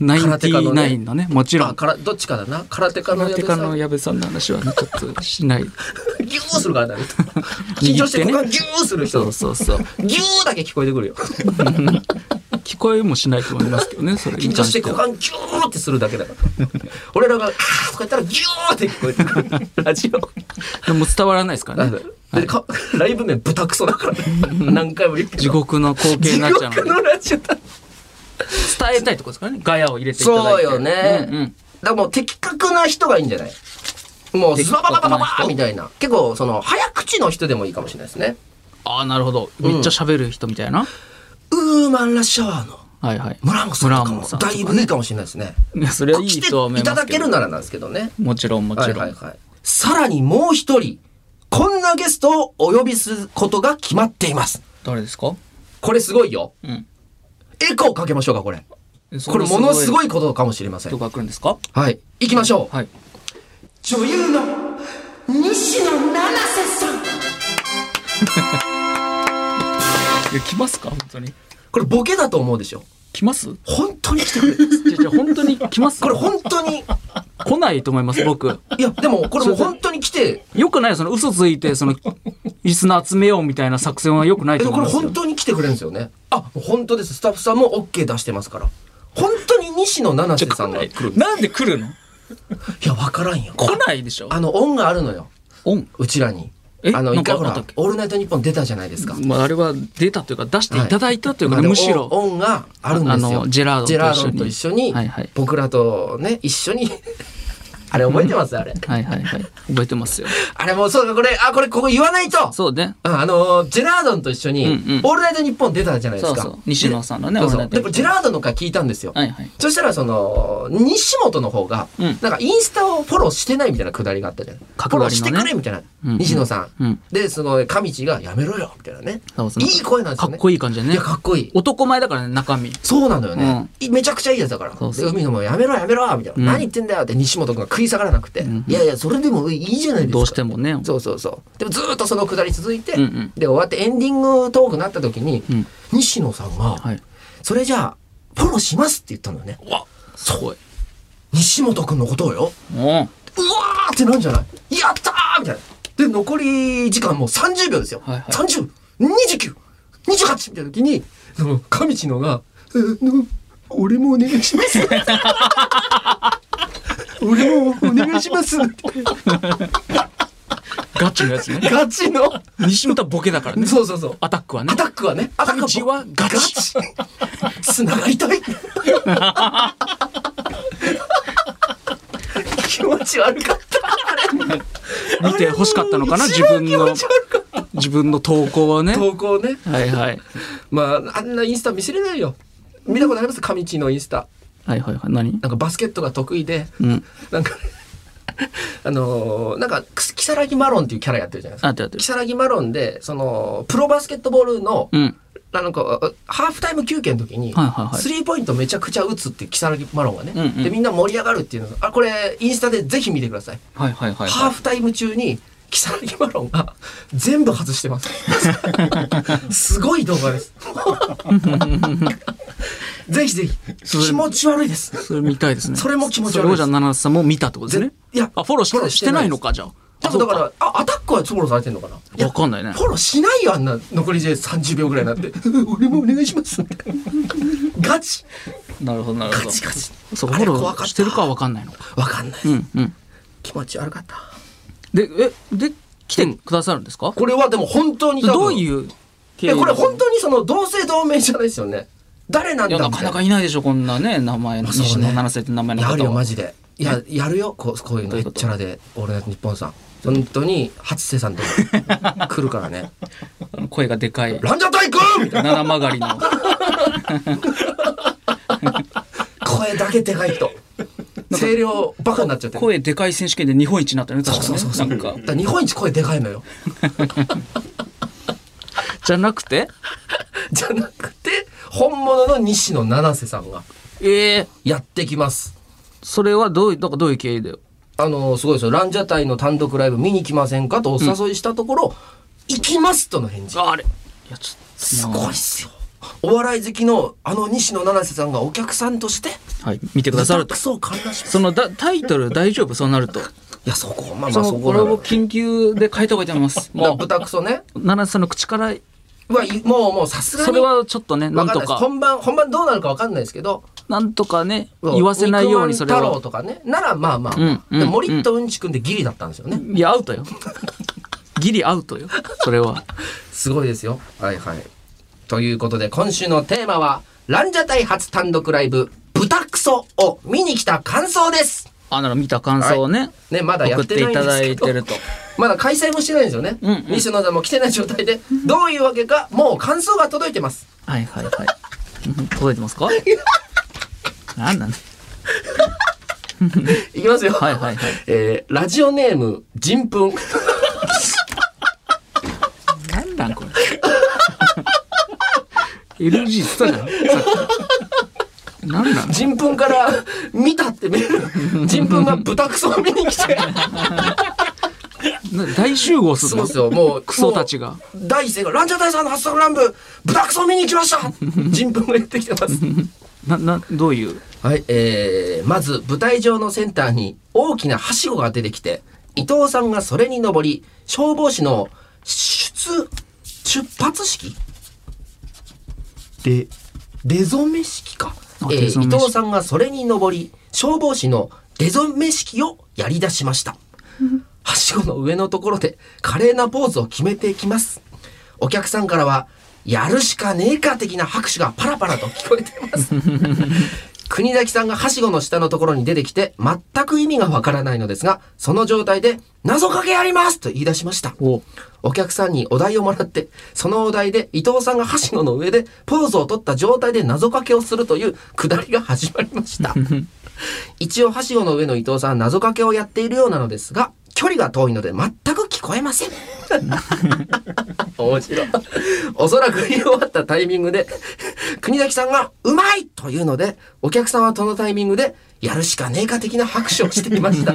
S1: ナイン
S2: 空
S1: テ
S2: ィ
S1: ィナインのねもちろ
S2: あ
S1: ん
S2: からどっちかだな空手家の
S1: 空
S2: 矢
S1: 手
S2: 部
S1: 家
S2: さ
S1: の
S2: ん
S1: 矢部さんの話はねちょっとしない
S2: ギューするからだね緊張し
S1: 握ってね
S2: て股間ギューする人
S1: そうそうそう
S2: ギューだけ聞こえてくるよ
S1: 聞こえもしないと思いますけどねそれに
S2: 緊張
S1: 関
S2: して
S1: は
S2: 股間ギューってするだけだから俺らが「あー」とか言ったらギューって聞こえてくるラジオ
S1: でも伝わらないです からね
S2: でかライブ名豚クソだからね何回も言って
S1: 地獄の光景になっちゃうので伝
S2: のラジオだ
S1: えたいとこですからねガヤを入れていただい
S2: そう
S1: て
S2: よね、
S1: うんうん
S2: だからもう的確な人がいいんじゃないもうズババババババーみたいな結構その早口の人でもいいかもしれないですね
S1: ああなるほどめっちゃ喋る人みたいな、
S2: ウーマンラッシャワーの
S1: はいはい
S2: 村本さんとかも
S1: 村本さんと
S2: だ
S1: かね
S2: いぶいいかもしれないですね
S1: いやそれはいい
S2: 来て
S1: とは思い
S2: いた
S1: ま
S2: だ
S1: す
S2: け
S1: け
S2: る
S1: ど
S2: ならなんですけどね
S1: もちろんもちろん、
S2: はいはいはい、さらにもう一人こんなゲストをお呼びすることが決まっています
S1: 誰ですか
S2: これすごいよ、
S1: うん
S2: エコーかけましょうかこれこ
S1: こ
S2: れものすご
S1: い
S2: いことかもしれません
S1: 人が来るんですか
S2: はい行きましょう、
S1: はい
S2: 女優の西野七瀬さん
S1: いや来ますか本当に
S2: これボケだと思うでしょ
S1: 来ますじ
S2: 本当に来てくれる
S1: ゃじゃ本当に来ます
S2: これ本当に
S1: 来ないと思います僕
S2: いやでもこれもう本当に来て
S1: よくないよその嘘ついてそのリスナー集めようみたいな作戦はよくない
S2: え
S1: と
S2: でも
S1: 思い
S2: これ
S1: ますよ
S2: 本当に来てくれるんですよねあ本当ですスタッフさんも OK 出してますから本当に西野七瀬さんが来る
S1: なんで来るの
S2: いや分からんよ
S1: 来ないでしょ
S2: あの恩があるのよ
S1: オン
S2: うちらに
S1: え
S2: あの
S1: な
S2: 一
S1: んか
S2: 回ほ
S1: あっ
S2: ら
S1: たっけ
S2: 「オールナイトニッポン」出たじゃないですか
S1: まあ、あれは出たというか出していただいたというか、
S2: まあでも
S1: むしろ
S2: 恩恩があるんですよ
S1: あのジェラードンと一緒に
S2: ジェラと一緒に
S1: はいはい
S2: 僕らとね一緒に あれ覚えてますあれ
S1: はいはいはい覚えてますよ
S2: あれもうそうかこれあこれここ言わないと
S1: そうね
S2: ああのージェラードンと一緒に
S1: うんうん
S2: 「オールナイトニッポン」出たじゃないで
S1: そ
S2: す
S1: う
S2: か
S1: そう西野さんのね
S2: そうそう
S1: オールナイト
S2: で
S1: ニッポ
S2: も
S1: ン
S2: ジェラードンの回聞いたんですよ
S1: はいはい
S2: そしたらその西本の方が
S1: うん
S2: なんかインスタをフォローしてないみたいなくだりがあったじゃないフ
S1: 角
S2: ォ
S1: 刈りのね
S2: ローしてくれみたいな
S1: うんうん
S2: 西野さ
S1: うん
S2: んでその上地が「やめろよ」みたいなね
S1: そうそう
S2: いい声なんです
S1: か
S2: よ
S1: っ
S2: ね
S1: こいい感じでね
S2: いやかっこいい
S1: 男前だからね中身
S2: そうなのよね、いめちゃくちゃいいやつだから
S1: そうそう
S2: で海野も「やめろやめろ」みたいな「
S1: うん
S2: 何言ってんだよ」って西本君が食い下がらなくて「いやいやそれでもいいじゃないですか」
S1: どうしてもね
S2: そうそうそうでもずーっとそのくだり続いて、
S1: んうん
S2: で終わってエンディングトークになった時に、
S1: ん
S2: 西野さんが、
S1: はい
S2: それじゃあフォローします」って言ったのよね
S1: すごい
S2: 西本くんのことをよ
S1: おう
S2: うわーってなんじゃないやったーみたいな。で、残り時間もう30秒ですよ。
S1: はいはい
S2: 30、29、28みたいな時に、その、上地のが、えーの俺もお願いし ます。俺もお願いしますって。
S1: ガチのやつ ね。
S2: ガチの。
S1: 西本はボケだからね。
S2: そうそうそう。
S1: アタックはね
S2: ア。タックはね。アタック
S1: 上地はガチ
S2: ガチつながりたい。 気持ち悪かった。
S1: 見て欲しかったのかな自
S2: 一番
S1: 分の
S2: 気持ち悪かった。
S1: 自分の投稿をね。
S2: 投稿ね。
S1: はいはい。
S2: まあ、あんなインスタ見せれないよ。見たことありますかみちのインスタ。
S1: はいはいはい。何
S2: なんかバスケットが得意で、
S1: うん。
S2: なんか、 あのーなんか、くすキサラギマロンっていうキャラやってるじゃないです
S1: あ
S2: か。
S1: ってやってる
S2: キ。サラギマロンで、その、プロバスケットボールの、
S1: うん。
S2: あのこうハーフタイム休憩の時に、
S1: はいはいはい
S2: スリーポイントめちゃくちゃ打つっていうキサラギマロンがね、
S1: うんうん
S2: で、みんな盛り上がるっていうのあ、これ、インスタでぜひ見てください。
S1: はいはいはい。
S2: ハーフタイム中に、キサラギマロンが全部外してます。すごい動画 です。ぜひぜ
S1: そ
S2: ひ。
S1: れ
S2: 気持ち悪いです。
S1: それ見たいですね。
S2: それも気持ち悪い
S1: それ
S2: で
S1: を
S2: す
S1: じゃあ、七瀬さんも見たってことですね
S2: ぜ。いや
S1: あ、フォローし
S2: フォロ
S1: て
S2: ーし
S1: し
S2: て
S1: て
S2: な
S1: ないいのか、じゃあ。
S2: 多分だから、あ、アタックはフォローされてんのかな
S1: わかんないね
S2: フォローしないよ、あんな残りで30秒ぐらいにな って。俺もお願いします。 ガチ
S1: なるほど、なる
S2: ガ
S1: ほ
S2: チガチ。
S1: ど。そう、
S2: あ
S1: フォ
S2: れ
S1: ロ
S2: 怖か
S1: ー
S2: っ
S1: して
S2: た。
S1: るかはわかんないのか。
S2: わかんない。
S1: うん、うん。
S2: 気持ち悪かった。
S1: で、え、で、来てくださるんですか
S2: これはでも本当に多分
S1: どういう経緯
S2: いや、こ
S1: な
S2: れ
S1: んですか
S2: 本当にその同姓同名じゃないですよね。誰なん
S1: いや、な
S2: だみた
S1: か
S2: い
S1: なかいないでしょ、こんなね、名前の、
S2: そうね
S1: 西野七瀬って名前の方
S2: や
S1: は。
S2: るよマジでいややるよこうこういうの
S1: どう
S2: へ
S1: い
S2: っ
S1: うこと
S2: ちゃらで「俺の日本さん」本当に初瀬さんと か来るからね
S1: 声がでかい。
S2: 「ランジャタイ君!」みたい
S1: 七曲がりの。
S2: な声だけでかい人声量バカになっちゃってる
S1: 声でかい選手権で日本一になったよね、確か
S2: そうそうそ
S1: ね。
S2: う
S1: な
S2: だ
S1: んか
S2: か。ら日本一声でかいのよ
S1: じゃなくて
S2: じゃなくて本物の西野七瀬さんが
S1: ええ、
S2: やってきます
S1: それはどういう、なんかどういう経緯だよ。
S2: あのすごいですよランジャタイの単独ライブ見に来ませんかとお誘いしたところ、行きますとの返事
S1: あれ。いや、ちょっと。
S2: すごいっすよお笑い好きのあの西野七瀬さんがお客さんとして
S1: はい、見てくださると
S2: ク。ソを感謝します
S1: そのだタイトル大丈夫そうなると。
S2: いや、そこ、まあま
S1: そ
S2: あ
S1: の
S2: そこ
S1: こ
S2: な
S1: れ
S2: の
S1: を緊急で変えた方がいいと思います。
S2: だ
S1: も
S2: 豚クソね。
S1: う、七瀬さんの口から、
S2: はい、もう、もう、さすがに。
S1: それはちょっとね、な
S2: わ
S1: ん
S2: かん
S1: と
S2: ないです。
S1: か、
S2: 本番、本番どうなるかわかんないですけど。
S1: なんとかね、言わせないようにそれ
S2: 肉まん太郎
S1: は。
S2: とかね。なら、まあまあ。
S1: うんうん
S2: でも森とうんちくんでギリだったんですよね。
S1: いや、アウトよ。ギリアウトよ。それは。
S2: すごいですよ。はいはい。ということで、今週のテーマは、ランジャタイ初単独ライブ、豚クソを見に来た感想です。
S1: あ、なら見た感想をね、
S2: ね、まだや
S1: 送
S2: っ
S1: ってて
S2: ないいん
S1: た
S2: です
S1: だ
S2: け
S1: い
S2: ど
S1: てると。
S2: まだ開催もしてないんですよね。
S1: うんうん
S2: 西野さんも来てない状態で、どういうわけか、もう感想が届いてます。
S1: はいはいはい。うん届いて ますかなんなん
S2: いきますよ。
S1: はいはいはい
S2: えーラジオネーム、人糞。
S1: なん なんこれ。LG っつったじゃん。さっきなんなん
S2: 人糞から、見たってメール。人糞が豚クソを見に来て。
S1: な大集合す
S2: そ
S1: る
S2: う
S1: の
S2: ですよ、もう。
S1: クソたちが
S2: もう。第一声が、ランジャタイさんの発足ランブ、豚クソ見に来ました人糞が言ってきてます。
S1: な、な、どう いう
S2: はい、えー、まず舞台上のセンターに大きなはしごが出てきて、伊藤さんがそれに登り、消防士の出、出発式で、出初め式か。
S1: あ
S2: え
S1: 出初
S2: ー、伊
S1: め式
S2: 藤さんがそれに登り、消防士の出初め式をやり出し ました。はしごの上のところで華麗なポーズを決めていきます。お客さんからは、やるしかねえか的な拍手がパラパラと聞こえています。国崎さんがはしごの下のところに出てきて、全く意味がわからないのですが、その状態で、謎かけやりますと言い出しました。
S1: お
S2: お客さんにお題をもらって、そのお題で伊藤さんがはしごの上でポーズを取った状態で謎かけをするというくだりが始まりました。一応はしごの上の伊藤さんは謎かけをやっているようなのですが、距離が遠いので全く聞こえ ません。面白い。おそらく言い終わったタイミングで、国崎さんが、うまいというので、お客さんはそのタイミングで、やるしかねえか的な拍手をしていま した。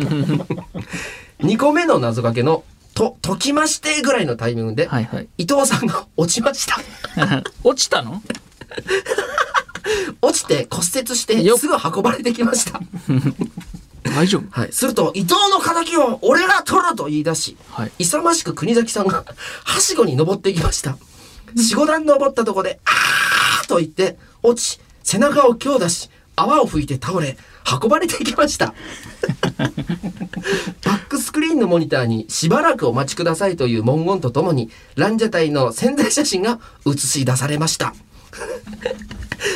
S2: 2個目の謎かけの、と、解きましてぐらいのタイミングで、
S1: はいはい。
S2: 伊藤さんが落ちました。
S1: 落ちたの
S2: 落ちて骨折して
S1: よっ
S2: すぐ運ばれてきました。
S1: 大丈夫
S2: はい、すると伊藤の敵を俺が取ると言い出し、
S1: はい
S2: 勇ましく国崎さんがはしごに登っていきました45段登ったとこで「あー」と言って落ち背中を強打し泡を吹いて倒れ運ばれていきました バックスクリーンのモニターに「しばらくお待ちください」という文言とともにランジャタイの宣材写真が写し出されました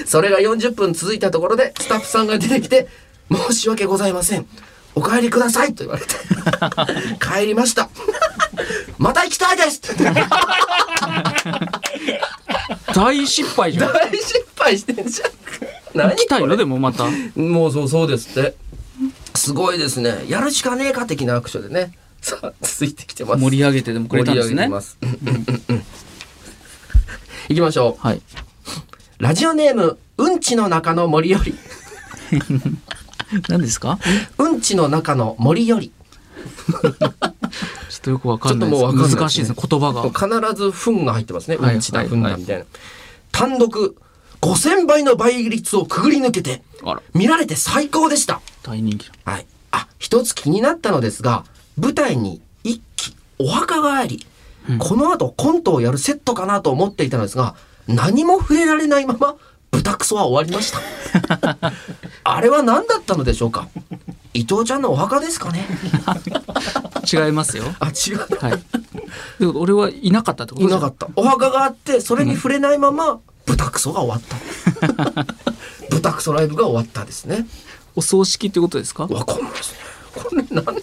S2: それが40分続いたところでスタッフさんが出てきて「申し訳ございませんお帰りください」と言われて 「帰りました」 「また行きたい です」って大
S1: 大失敗じゃん行
S2: 失敗してんじゃん 何
S1: きたいのでもまた
S2: もうそうそうですってすごいですねやるしかねえか的なアクションでねさあ続いてきてます
S1: 盛り上げてでもくれたんです
S2: 盛り上げ
S1: ね
S2: てます うんうんうん行きましょう
S1: はい
S2: ラジオネームうんちの中の森より
S1: 何ですか
S2: うんちの中の森より
S1: ちょっとよくわかんない
S2: ちょっともうわかんないですね
S1: 難しいですね言葉が
S2: 必ず「ふん」が入ってますね。
S1: は
S2: う
S1: い
S2: んちだ、
S1: はい
S2: ふんだみたいな。単独5000倍の倍率をくぐり抜けて
S1: あら
S2: 見られて最高でした。
S1: 大人気
S2: はい。あ、一つ気になったのですが、舞台に一期お墓があり、この後コントをやるセットかなと思っていたのですが、何も触れられないまま、豚クソは終わりました。 あれは何だったのでしょうか伊藤ちゃんのお墓ですかね
S1: 違いますよ
S2: あ、違う。
S1: はいでも俺はいなかったってこと
S2: い
S1: です
S2: なかった。お墓があって、それに触れないまま、豚クソが終わった。 豚クソライブが終わったですね。
S1: お葬式ってことですか
S2: わかんないですね。これなんなんか。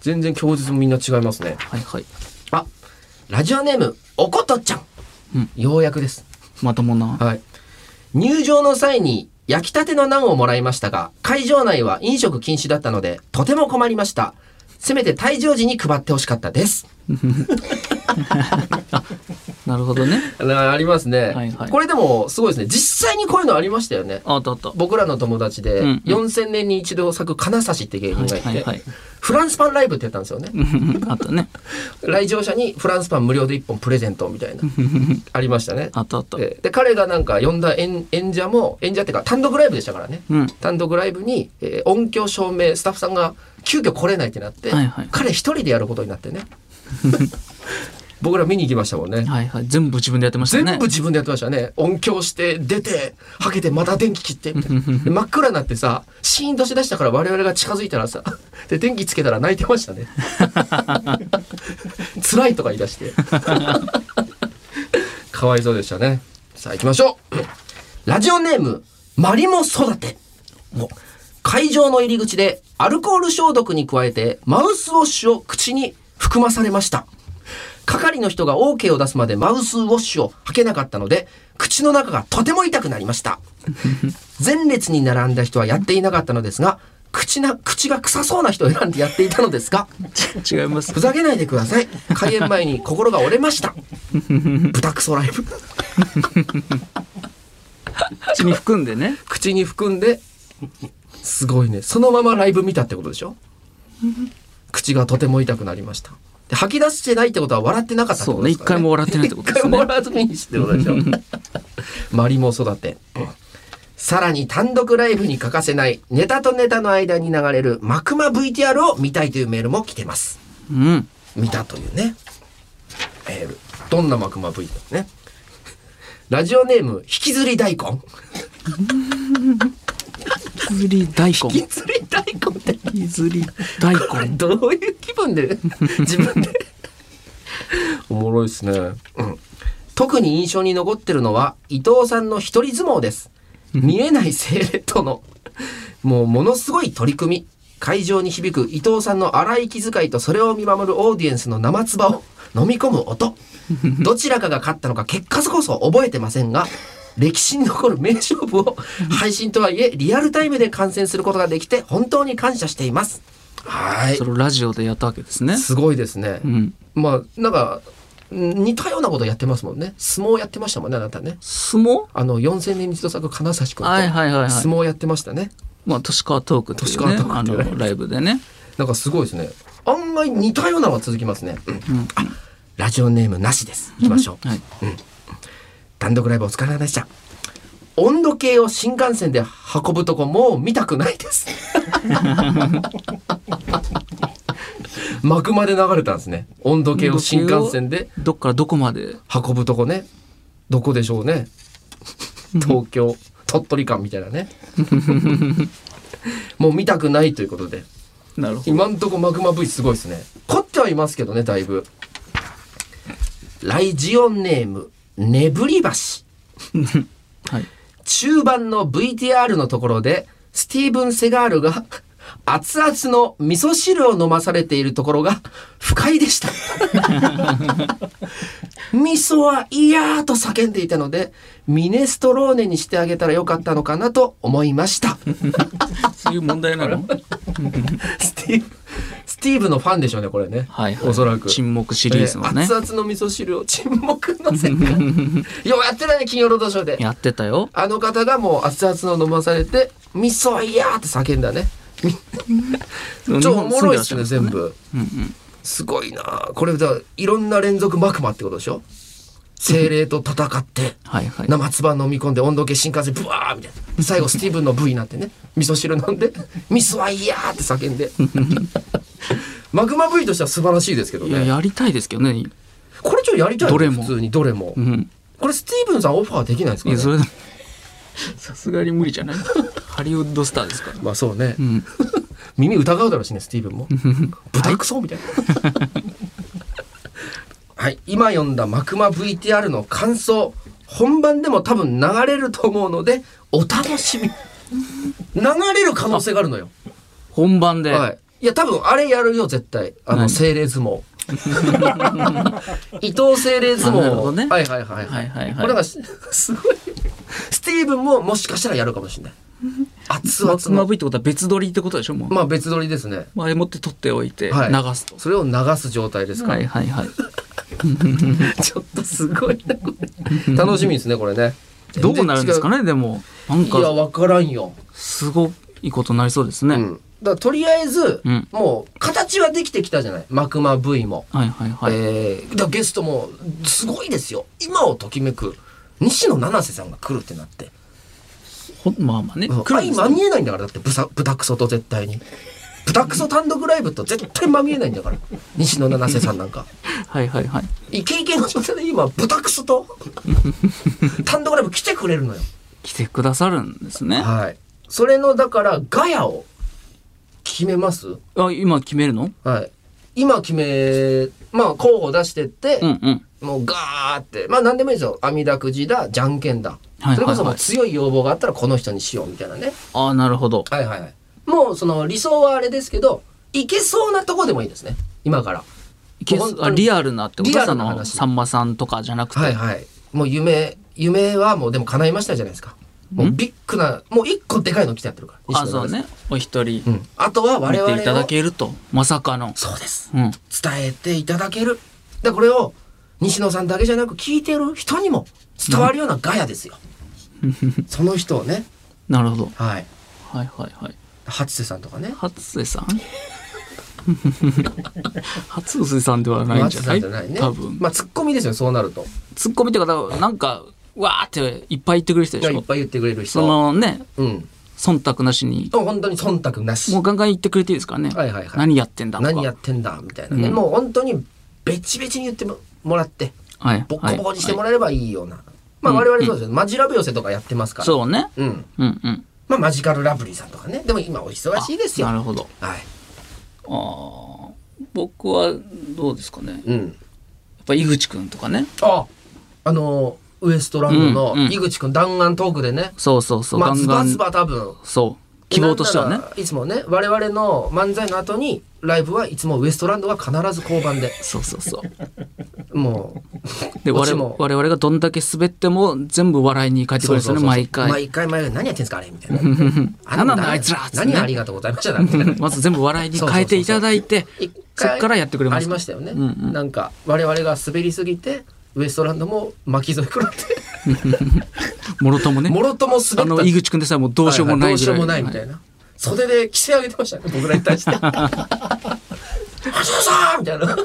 S2: 全然供述もみんな違いますね。
S1: はいはい
S2: あ、ラジオネーム、おことちゃん。ようやくです。
S1: まともな
S2: はい。入場の際に焼きたてのナンをもらいましたが、会場内は飲食禁止だったので、とても困りました。せめて退場時に配ってほしかったです。
S1: なるほどね
S2: あありますね、
S1: はいはい
S2: これでもすごいですね。実際にこういうのありましたよね。
S1: あったあ った
S2: 僕らの友達で、
S1: うんうん
S2: 4000年に一度咲く金指って芸人がいて、
S1: はいはいはい
S2: フランスパンライブってやったんですよね。
S1: あったね
S2: 来場者にフランスパン無料で1本プレゼントみたいな、ありましたね。
S1: あったあった
S2: えーで彼がなんか呼んだ演演者も演者っていうか単独ライブでしたからね、
S1: うん
S2: 単独ライブに、えー音響照明スタッフさんが急遽来れないってなって、
S1: はいはい
S2: 彼一人でやることになって ね僕ら見に行きましたもんね
S1: はいはい全部自分でやってましたね
S2: 全部自分でやってましたね音響して出てはけてまた電気切ってみたい なで真っ暗になってさシーンとしだしたから我々が近づいたらさで電気つけたら泣いてまし たね辛いとか言い出して かわいそうでしたねさあ行きましょうラジオネームマリモ育て会場の入り口でアルコール消毒に加えてマウスウォッシュを口に含まされました係の人が OK を出すまでマウスウォッシュを履けなかったので口の中がとても痛くなりました前列に並んだ人はやっていなかったのですが口な口が臭そうな人を選んでやっていたのですが
S1: 違います
S2: ふざけないでください開演前に心が折れました豚クソライブ
S1: 口に含んでね
S2: 口に含んですごいねそのままライブ見たってことでしょ口がとても痛くなりましたで吐き出してないってことは笑ってなかったってことですか
S1: そうね一回
S2: ら、
S1: も笑ってないってことですね
S2: 一回も笑わずにしてことでしょ マリモ育てさらに単独ライブに欠かせないネタとネタの間に流れるマクマ VTR を見たいというメールも来てます
S1: うん
S2: 見たというね、えーどんな幕間 V だねラジオネーム引きずり大根
S1: 削り大根
S2: 引きずり大根って
S1: 削り大
S2: これ
S1: 根
S2: どういう気分で自分で おもろいですね、うん、特に印象に残ってるのは伊藤さんの一人相撲です見えない精霊とのもうものすごい取り組み会場に響く伊藤さんの荒い気遣いとそれを見守るオーディエンスの生唾を飲み込む音どちらかが勝ったのか結果こそ覚えてませんが歴史に残る名勝負を配信とはいえリアルタイムで観戦することができて本当に感謝していますはい
S1: それをラジオでやったわけですね
S2: すごいですね、
S1: うん
S2: まあなんかん似たようなことやってますもんね相撲やってましたもんねあなたね
S1: 相撲
S2: あの4000年に一度咲く金指君と
S1: はいはいはいはい
S2: 相撲やってましたね
S1: まあ、都市川トークっていう
S2: 都市
S1: ね、
S2: 川
S1: あ
S2: トークっていうね
S1: の、ライブでね。
S2: なんかすごいですね案外似たようなのが続きますね、うんあラジオネームなしですいきましょう、
S1: はい。
S2: 単独ライブお疲れ様でした。温度計を新幹線で運ぶとこもう見たくない です。幕まで流れたんですね。温度計を新幹線で
S1: どっからどこまで
S2: 運ぶとこね。どこでしょうね。東京、鳥取間みたいなね。もう見たくないということで。
S1: なるほ
S2: 今んとこマグマ V すごいですね凝ってはいますけどねだいぶライジオンネームねぶり橋
S1: はい
S2: 中盤の VTR のところでスティーブン・セガールが熱々の味噌汁を飲まされているところが不快で した味噌は嫌と叫んでいたのでミネストローネにしてあげたらよかったのかなと思いました
S1: どそういう問題なの
S2: スティーブ、スティーブのファンでしょうね、これね。
S1: はいはい
S2: おそらく。
S1: 沈黙シリーズのね
S2: えー熱々の味噌汁を沈黙の世界。 ようやってたね、金曜ロードショーで。
S1: やってたよ
S2: あの方がもう熱々の飲まされて、味噌いやーって叫んだね。超おもろいっすね、全部。すごいなあこれだ、いろんな連続マクマってことでしょ精霊と戦って。
S1: はいはい
S2: 生唾飲み込んで温度計新幹線ブワーみたいな最後スティーブンの V になってね味噌汁飲んで「味噌はいや!」って 叫んでマグマ V としては素晴らしいですけど
S1: いや
S2: ね
S1: やりたいですけどね
S2: これちょっとやりたいね
S1: どれも
S2: 普通にどれも、
S1: うん
S2: これスティーブンさんオファーできないです
S1: い
S2: か
S1: やそ
S2: ね
S1: れさすがに無理じゃないハリウッドスターですから
S2: まあそうね、
S1: ん
S2: 耳疑うだろうしねスティー ブンも豚クソみたいなはい今読んだマクマ VTR の感想本番でも多分流れると思うのでお楽しみ流れる可能性があるのよ
S1: 本番で、
S2: はい。いや、多分あれやるよ、絶対。あの、
S1: 何
S2: 精霊 相撲。伊藤精霊相
S1: あなる
S2: 撲
S1: ほ
S2: を。
S1: どね
S2: はいはいはい。
S1: はいはいはい
S2: これが、す ごい。スティーブンももしかしたらやるかもしれない。熱々
S1: つま
S2: の。
S1: ぶいってことは別撮りってことでしょもう、
S2: まあ別撮りですね。
S1: 前もって撮っておいて流
S2: はい
S1: すと、
S2: それを流す状態ですか
S1: はい、
S2: ら。
S1: はいはい
S2: ちょっとすごいな、これ。 楽しみですね、これね。
S1: どうなるんですか
S2: ね。
S1: ねでもなん
S2: いや、
S1: か
S2: わからんよ。
S1: すごいことになりそうですね、
S2: うん。だからとりあえず
S1: うん、
S2: もう形はできてきたじゃない。マクマ V も。
S1: はいはいはい、
S2: えーだからゲストもすごいですよ今をときめく西野七瀬さんが来るってなって
S1: ほまあまあね、来るん
S2: 相
S1: です
S2: ま
S1: よ
S2: みえないんだからだってブサブタクソと絶対にブタクソ単独ライブと絶対まみえないんだから西野七瀬さんなんか
S1: はいはいはい
S2: イケイケの状態で今ブタクソと単独ライブ来てくれるのよ
S1: 来てくださるんですね
S2: はいそれのだからガヤを決めます
S1: あ今決めるの
S2: はい今決めまあ候補出してって、
S1: うんうん
S2: もうガーってまあ何でもいいですよ網だくじだじゃんけんだ、
S1: はいはいはい
S2: それこそもう強い要望があったらこの人にしようみたいなね
S1: ああなるほど
S2: はいはいはいもうその理想はあれですけどいけそうなとこでもいいですね今から
S1: いけ
S2: 本当に
S1: あリアルなってこと
S2: リア
S1: そ
S2: ルな
S1: の
S2: 話
S1: さんまさんとかじゃなくて、
S2: はいはいもう夢夢はもうでも叶いましたじゃないですかもうビッグなもう一個でかいの来ちゃってるから
S1: あそうね、お一人
S2: 西野さんうん、あとは
S1: 見
S2: 我々を
S1: ていただけるとまさかの
S2: そうです
S1: うん
S2: 伝えていただけるでこれを西野さんだけじゃなく聞いてる人にも伝わるようなガヤですよ、その人をね
S1: なるほど
S2: はい
S1: はいはいはい
S2: 初瀬さんとかね
S1: 初瀬さん 初瀬さんではないん
S2: 初
S1: じ
S2: 瀬
S1: ゃな
S2: さ
S1: んい
S2: じゃないね
S1: 多分、
S2: まあツッコミですよねそうなると
S1: ツッコミって方はなんかわーっていっぱい言ってくる人
S2: いや
S1: でし
S2: いっ
S1: ょ
S2: ぱい言ってくれる人
S1: そのね
S2: うん
S1: 忖度なしに
S2: もう本当に忖度なし
S1: もうガンガン言ってくれていいですからね、
S2: はいはいはい
S1: 何やってんだとか
S2: 何やってんだみたいなね、
S1: うん
S2: もう本当にべちべちに言ってももらって
S1: はい
S2: ボッコボコにしても
S1: ら
S2: らえればいいような、まあ我々そうですよ、マジラブ寄せとかやってますから
S1: そうね
S2: うん
S1: うんうん
S2: まあマジカルラブリーさんとかねでも今お忙しいですよ
S1: な
S2: は
S1: るほど
S2: い
S1: あー僕はどうですかねやっ
S2: うん
S1: ぱ井口くんとかね
S2: ああのーウエストランド
S1: うんう
S2: の
S1: ん
S2: 井口くん弾丸トークでね、
S1: そうそうそう、
S2: まあ
S1: ガン
S2: ズ
S1: ガ
S2: バ
S1: ン
S2: ズバ多分
S1: そう希望としては
S2: な
S1: ね
S2: んならいつもね我々の漫才の後にライブはいつもウエストランドが必ず交番で
S1: そうそうそう
S2: も
S1: で
S2: こっ
S1: 我
S2: ち
S1: 々
S2: も
S1: 我々がどんだけ滑っても全部笑いに変え
S2: う
S1: てくれるんですよね毎回
S2: 毎回毎回何やってんすかあれみ たいな
S1: 何なんだあいつらっつってね
S2: 何ありがとうございましただみ たいな
S1: まず全部笑いに変えていただいて
S2: 一
S1: そ
S2: 回
S1: っからやってくれま
S2: あ
S1: す
S2: り
S1: か
S2: ま
S1: ら
S2: したよね、
S1: うんうん
S2: なんか我々が滑りすぎてウエストランドも巻き添え食らって
S1: もろともね
S2: もろとも滑った
S1: あの井口くんでさえもうどうしようもないぐらい
S2: ははどうしようもないみたいな、袖で規制上げてましたね僕らに対して 橋本さんみたいな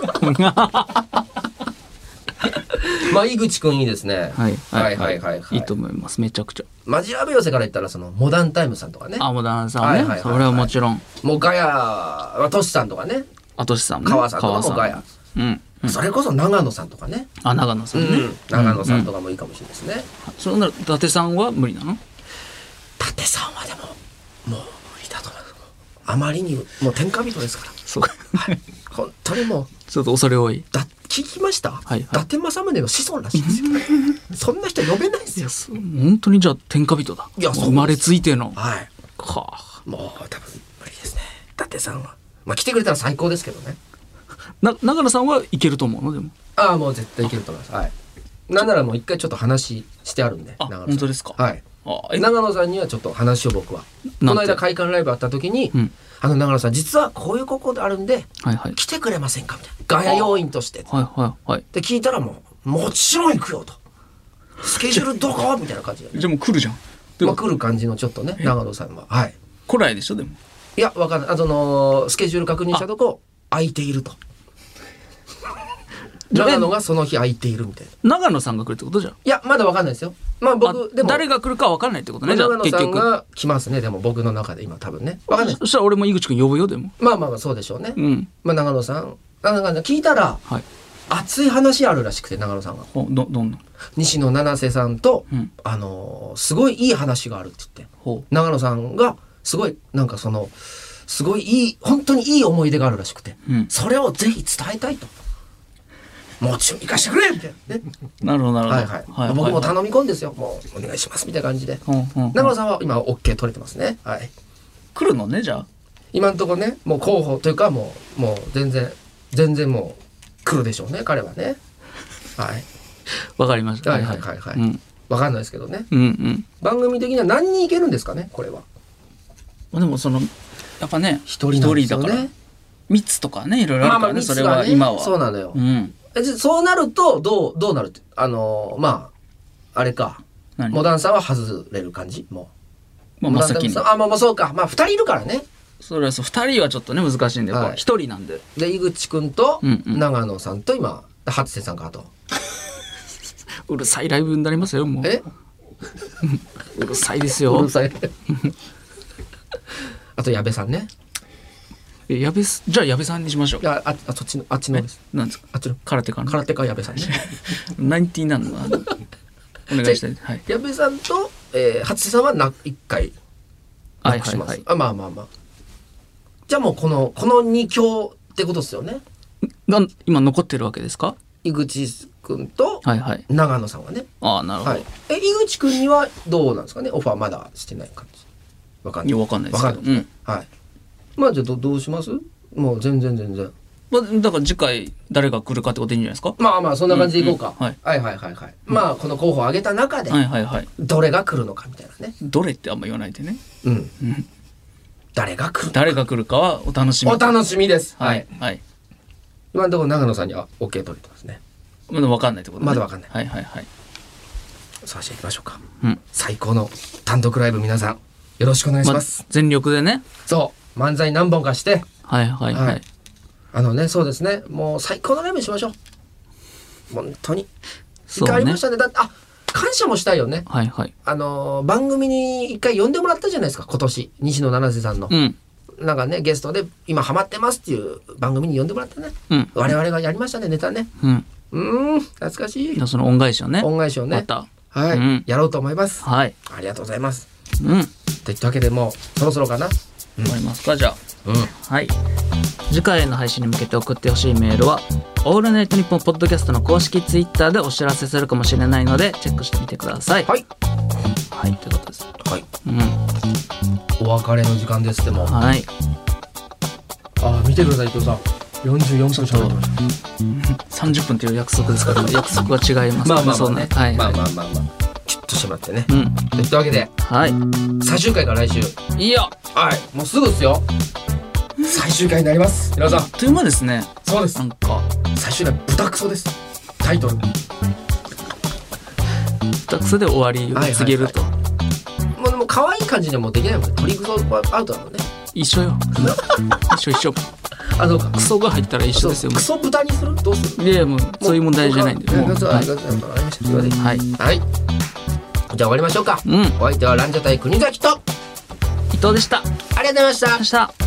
S2: まあ井口くんいいですね。
S1: はい
S2: はいはいはいはい
S1: いと思いますめちゃくちゃ
S2: マジラブ寄せから言ったらそのモダンタイムさんとかね。
S1: あもう旦那さんはね、
S2: はいはいはいはい
S1: それはもちろん
S2: もうガヤはトシさんとかね。
S1: あとしさんも、ね、
S2: 川さんとかもガヤ。
S1: うん
S2: それこそ長野さんとかね。
S1: あ長野さ
S2: うん
S1: ね、
S2: ん。長野さんとかもいいかもしれないですね。
S1: そんなら伊達さんは無理なの
S2: 舘さんはでももう無理だと思う。あまりにもう天下人ですから。
S1: そうか
S2: 本当にもう。
S1: ちょっと恐れ多い
S2: だ聞きました、
S1: はいはい
S2: 伊達政宗の子孫らしいんですよ そんな人呼べないですよ
S1: 本当にじゃあ天下人だ
S2: いやそうです
S1: 生まれついての
S2: はい
S1: か
S2: もう多分無理ですね伊達さんはまあ来てくれたら最高ですけどね
S1: な長野さんはいけると思うのでも
S2: ああもう絶対いけると思いますはいなんならもう一回ちょっと話してあるんで
S1: あ
S2: 長野さん
S1: 本当ですか
S2: はい
S1: あ
S2: 長野さんにはちょっと話を僕はこ
S1: なんて
S2: の間会館ライブあった時に、
S1: うん
S2: あの長野さん実はこういうことであるんで
S1: はいはい
S2: 来てくれませんかみたいなガヤ要員として
S1: はいはいはい
S2: で聞いたらもうもちろん行くよとスケジュールどこみたいな感じで
S1: じゃあもう来るじゃん
S2: まあ、来る感じのちょっとね長野さんははい
S1: 来ないでしょでも
S2: いやわかんないあそのスケジュール確認したとこ空いてい ると長野がその日空いているみたいない
S1: 長野さんが来るってことじゃん
S2: やまだわかんないですよまあ僕
S1: あ
S2: でも
S1: 誰が来るか分かんないってこと
S2: まあ
S1: ねじゃあ
S2: 長野
S1: 結
S2: さん
S1: 局
S2: が来ますねでも僕の中で今多分ねわかんない
S1: そしたら俺も井口くん呼ぶよでも
S2: まあまあまあそうでしょうね、
S1: うん
S2: まあ長野さんあなんかね聞いたら
S1: はい
S2: 熱い話あるらしくて長野さんが
S1: ほどどんな
S2: 西野七瀬さんと、
S1: うん
S2: あのーすごいいい話があるって言って
S1: ほう
S2: 長野さんがすごいなんかそのすごいいい本当にいい思い出があるらしくて、
S1: うん
S2: それをぜひ伝えたいと。もちろん行かしてくれみたいなね。
S1: なるほどなるほど
S2: はいはい。僕も頼み込んですよ。もうお願いしますみたいな感じで。
S1: うんうんうん
S2: 長野さんは今 OK 取れてますね。はい。
S1: 来るのねじゃあ
S2: 今のところね、もう候補というかもう、もう全然、全然もう来るでしょうね、彼はね。はい。
S1: わかりました
S2: はいはいはいはい。
S1: う
S2: わ、
S1: ん
S2: かんないですけどね。
S1: うんうん
S2: 番組的には何人いけるんですかね、これは。
S1: まあでもそのやっぱね
S2: 一人なんですよ
S1: 一
S2: ね
S1: だから密とかねいろいろあるからね
S2: 密
S1: そ
S2: が
S1: れは今は
S2: そうなのよ。
S1: うん
S2: えじゃあそうなるとどうどうなるってあのーまああれか
S1: 何
S2: モダンさんは外れる感じも
S1: ま
S2: う
S1: あ真っ先
S2: モダン
S1: に
S2: さんあまあまあそうかまあ2人いるからね
S1: それはそう2人はちょっとね難しいんで
S2: はい
S1: やっぱ一人なんで
S2: で井口くんと
S1: うんうん
S2: 長野さんと今初瀬さんかと
S1: うるさいライブになりますよもう
S2: え
S1: うるさいです
S2: う
S1: よ
S2: るさい あと矢部さんね
S1: え矢部すじゃあ矢部さんにしましょう
S2: いやああそっちのあっちのです
S1: なんですか
S2: あっちの
S1: 空手かな
S2: 空手家矢部さんね
S1: ナインティナンのあのお願いしたいはい
S2: 矢部さんと、えー、初瀬さんはな1回
S1: はい
S2: な
S1: は
S2: くし
S1: い
S2: ます、
S1: はい
S2: あまあまあまあじゃあもうこのこの2強ってことですよね
S1: が今残ってるわけですか
S2: 井口くんと
S1: はいはい
S2: 長野さんはね、
S1: ああなるほど、
S2: はい
S1: い、、
S2: え井口くんにはどうなんですかねオファーまだしてない感じわかんない
S1: やわかんないですけど
S2: わ
S1: う
S2: かんない
S1: ん
S2: はいまあじゃあどどうしますもう全然全然
S1: まあ、だから次回誰が来るかってことでいいんじゃないですか
S2: まあまあそんな感じでいこうか、
S1: うんうん
S2: はい、はいはいはいはいまあこの候補を挙げた中で
S1: はいはいはい
S2: どれが来るのかみたいなね
S1: どれってあんま言わないでね
S2: うん、誰が来る
S1: 誰が来るかはお楽しみ
S2: お楽しみですはい、
S1: はいはい
S2: 今のところ長野さんには OK 取れてますね
S1: まだ分かんないってことね
S2: まだわかんない
S1: はいはいはい
S2: さあじゃあ行きましょうか、
S1: うん
S2: 最高の単独ライブ皆さんよろしくお願いし
S1: ま
S2: ま
S1: あ
S2: す、
S1: 全力でね
S2: そう漫才何本かして
S1: はいはいはい、
S2: はいあのね、そうですね。もう最高のライブにしましょう。本当に。一
S1: そうね
S2: 回ありましたね。だって、あ、感謝もしたいよね。
S1: はいはい
S2: あのー、番組に一回呼んでもらったじゃないですか、今年。西野七瀬さんの
S1: う。ん
S2: なんかね、ゲストで、今ハマってますっていう番組に呼んでもらったね。
S1: うん
S2: 我々がやりましたね、ネタね。
S1: うん
S2: うーん、懐かしい
S1: じゃ。あその恩返しをね
S2: 恩返しをね
S1: ま。た
S2: はい、
S1: うん
S2: やろうと思います。
S1: はい
S2: ありがとうございます。
S1: うん
S2: といったわけでもう、そろそろかな。
S1: 終わりますかじゃあ
S2: うん。
S1: はい次回への配信に向けて送ってほしいメールは「オールナイトニッポン」ポッドキャストの公式ツイッターでお知らせするかもしれないのでチェックしてみてください
S2: はい、
S1: はい、ということです
S2: はい。
S1: うん
S2: お別れの時間です、でも。
S1: はい
S2: あ、見てください、伊藤さん。44分喋ってました。
S1: 30分という約束ですから、約束は違います
S2: まあまあま
S1: そ
S2: あ
S1: んな
S2: ね。
S1: はい、
S2: まあまあまあまあ。ちょっとしまってね。
S1: うん
S2: といったわけで、
S1: は
S2: 最終回が来週。
S1: いいやあ
S2: はい。もうすぐですよ。最終回になります。皆さん。
S1: っという間ですね
S2: そうで
S1: なんか
S2: 最終回、豚クソです。タイトル。も
S1: 二つで終わりを告げると、
S2: うでも 可愛い感じにはもうできないもんね。鳥クソはアウトだもんね。
S1: 一緒よ一緒一緒
S2: あの
S1: クソが入ったら一緒ですよ
S2: クソ豚にするどうする
S1: いやいやもうそういう問題じゃないんで
S2: も
S1: も
S2: う
S1: う
S2: そう
S1: はい
S2: ありがとうございましたすいません
S1: はい
S2: はいじゃあ終わりましょうか、
S1: うん
S2: お相手はランジャタイ国崎と
S1: 伊藤でした
S2: ありがとうございました
S1: 明日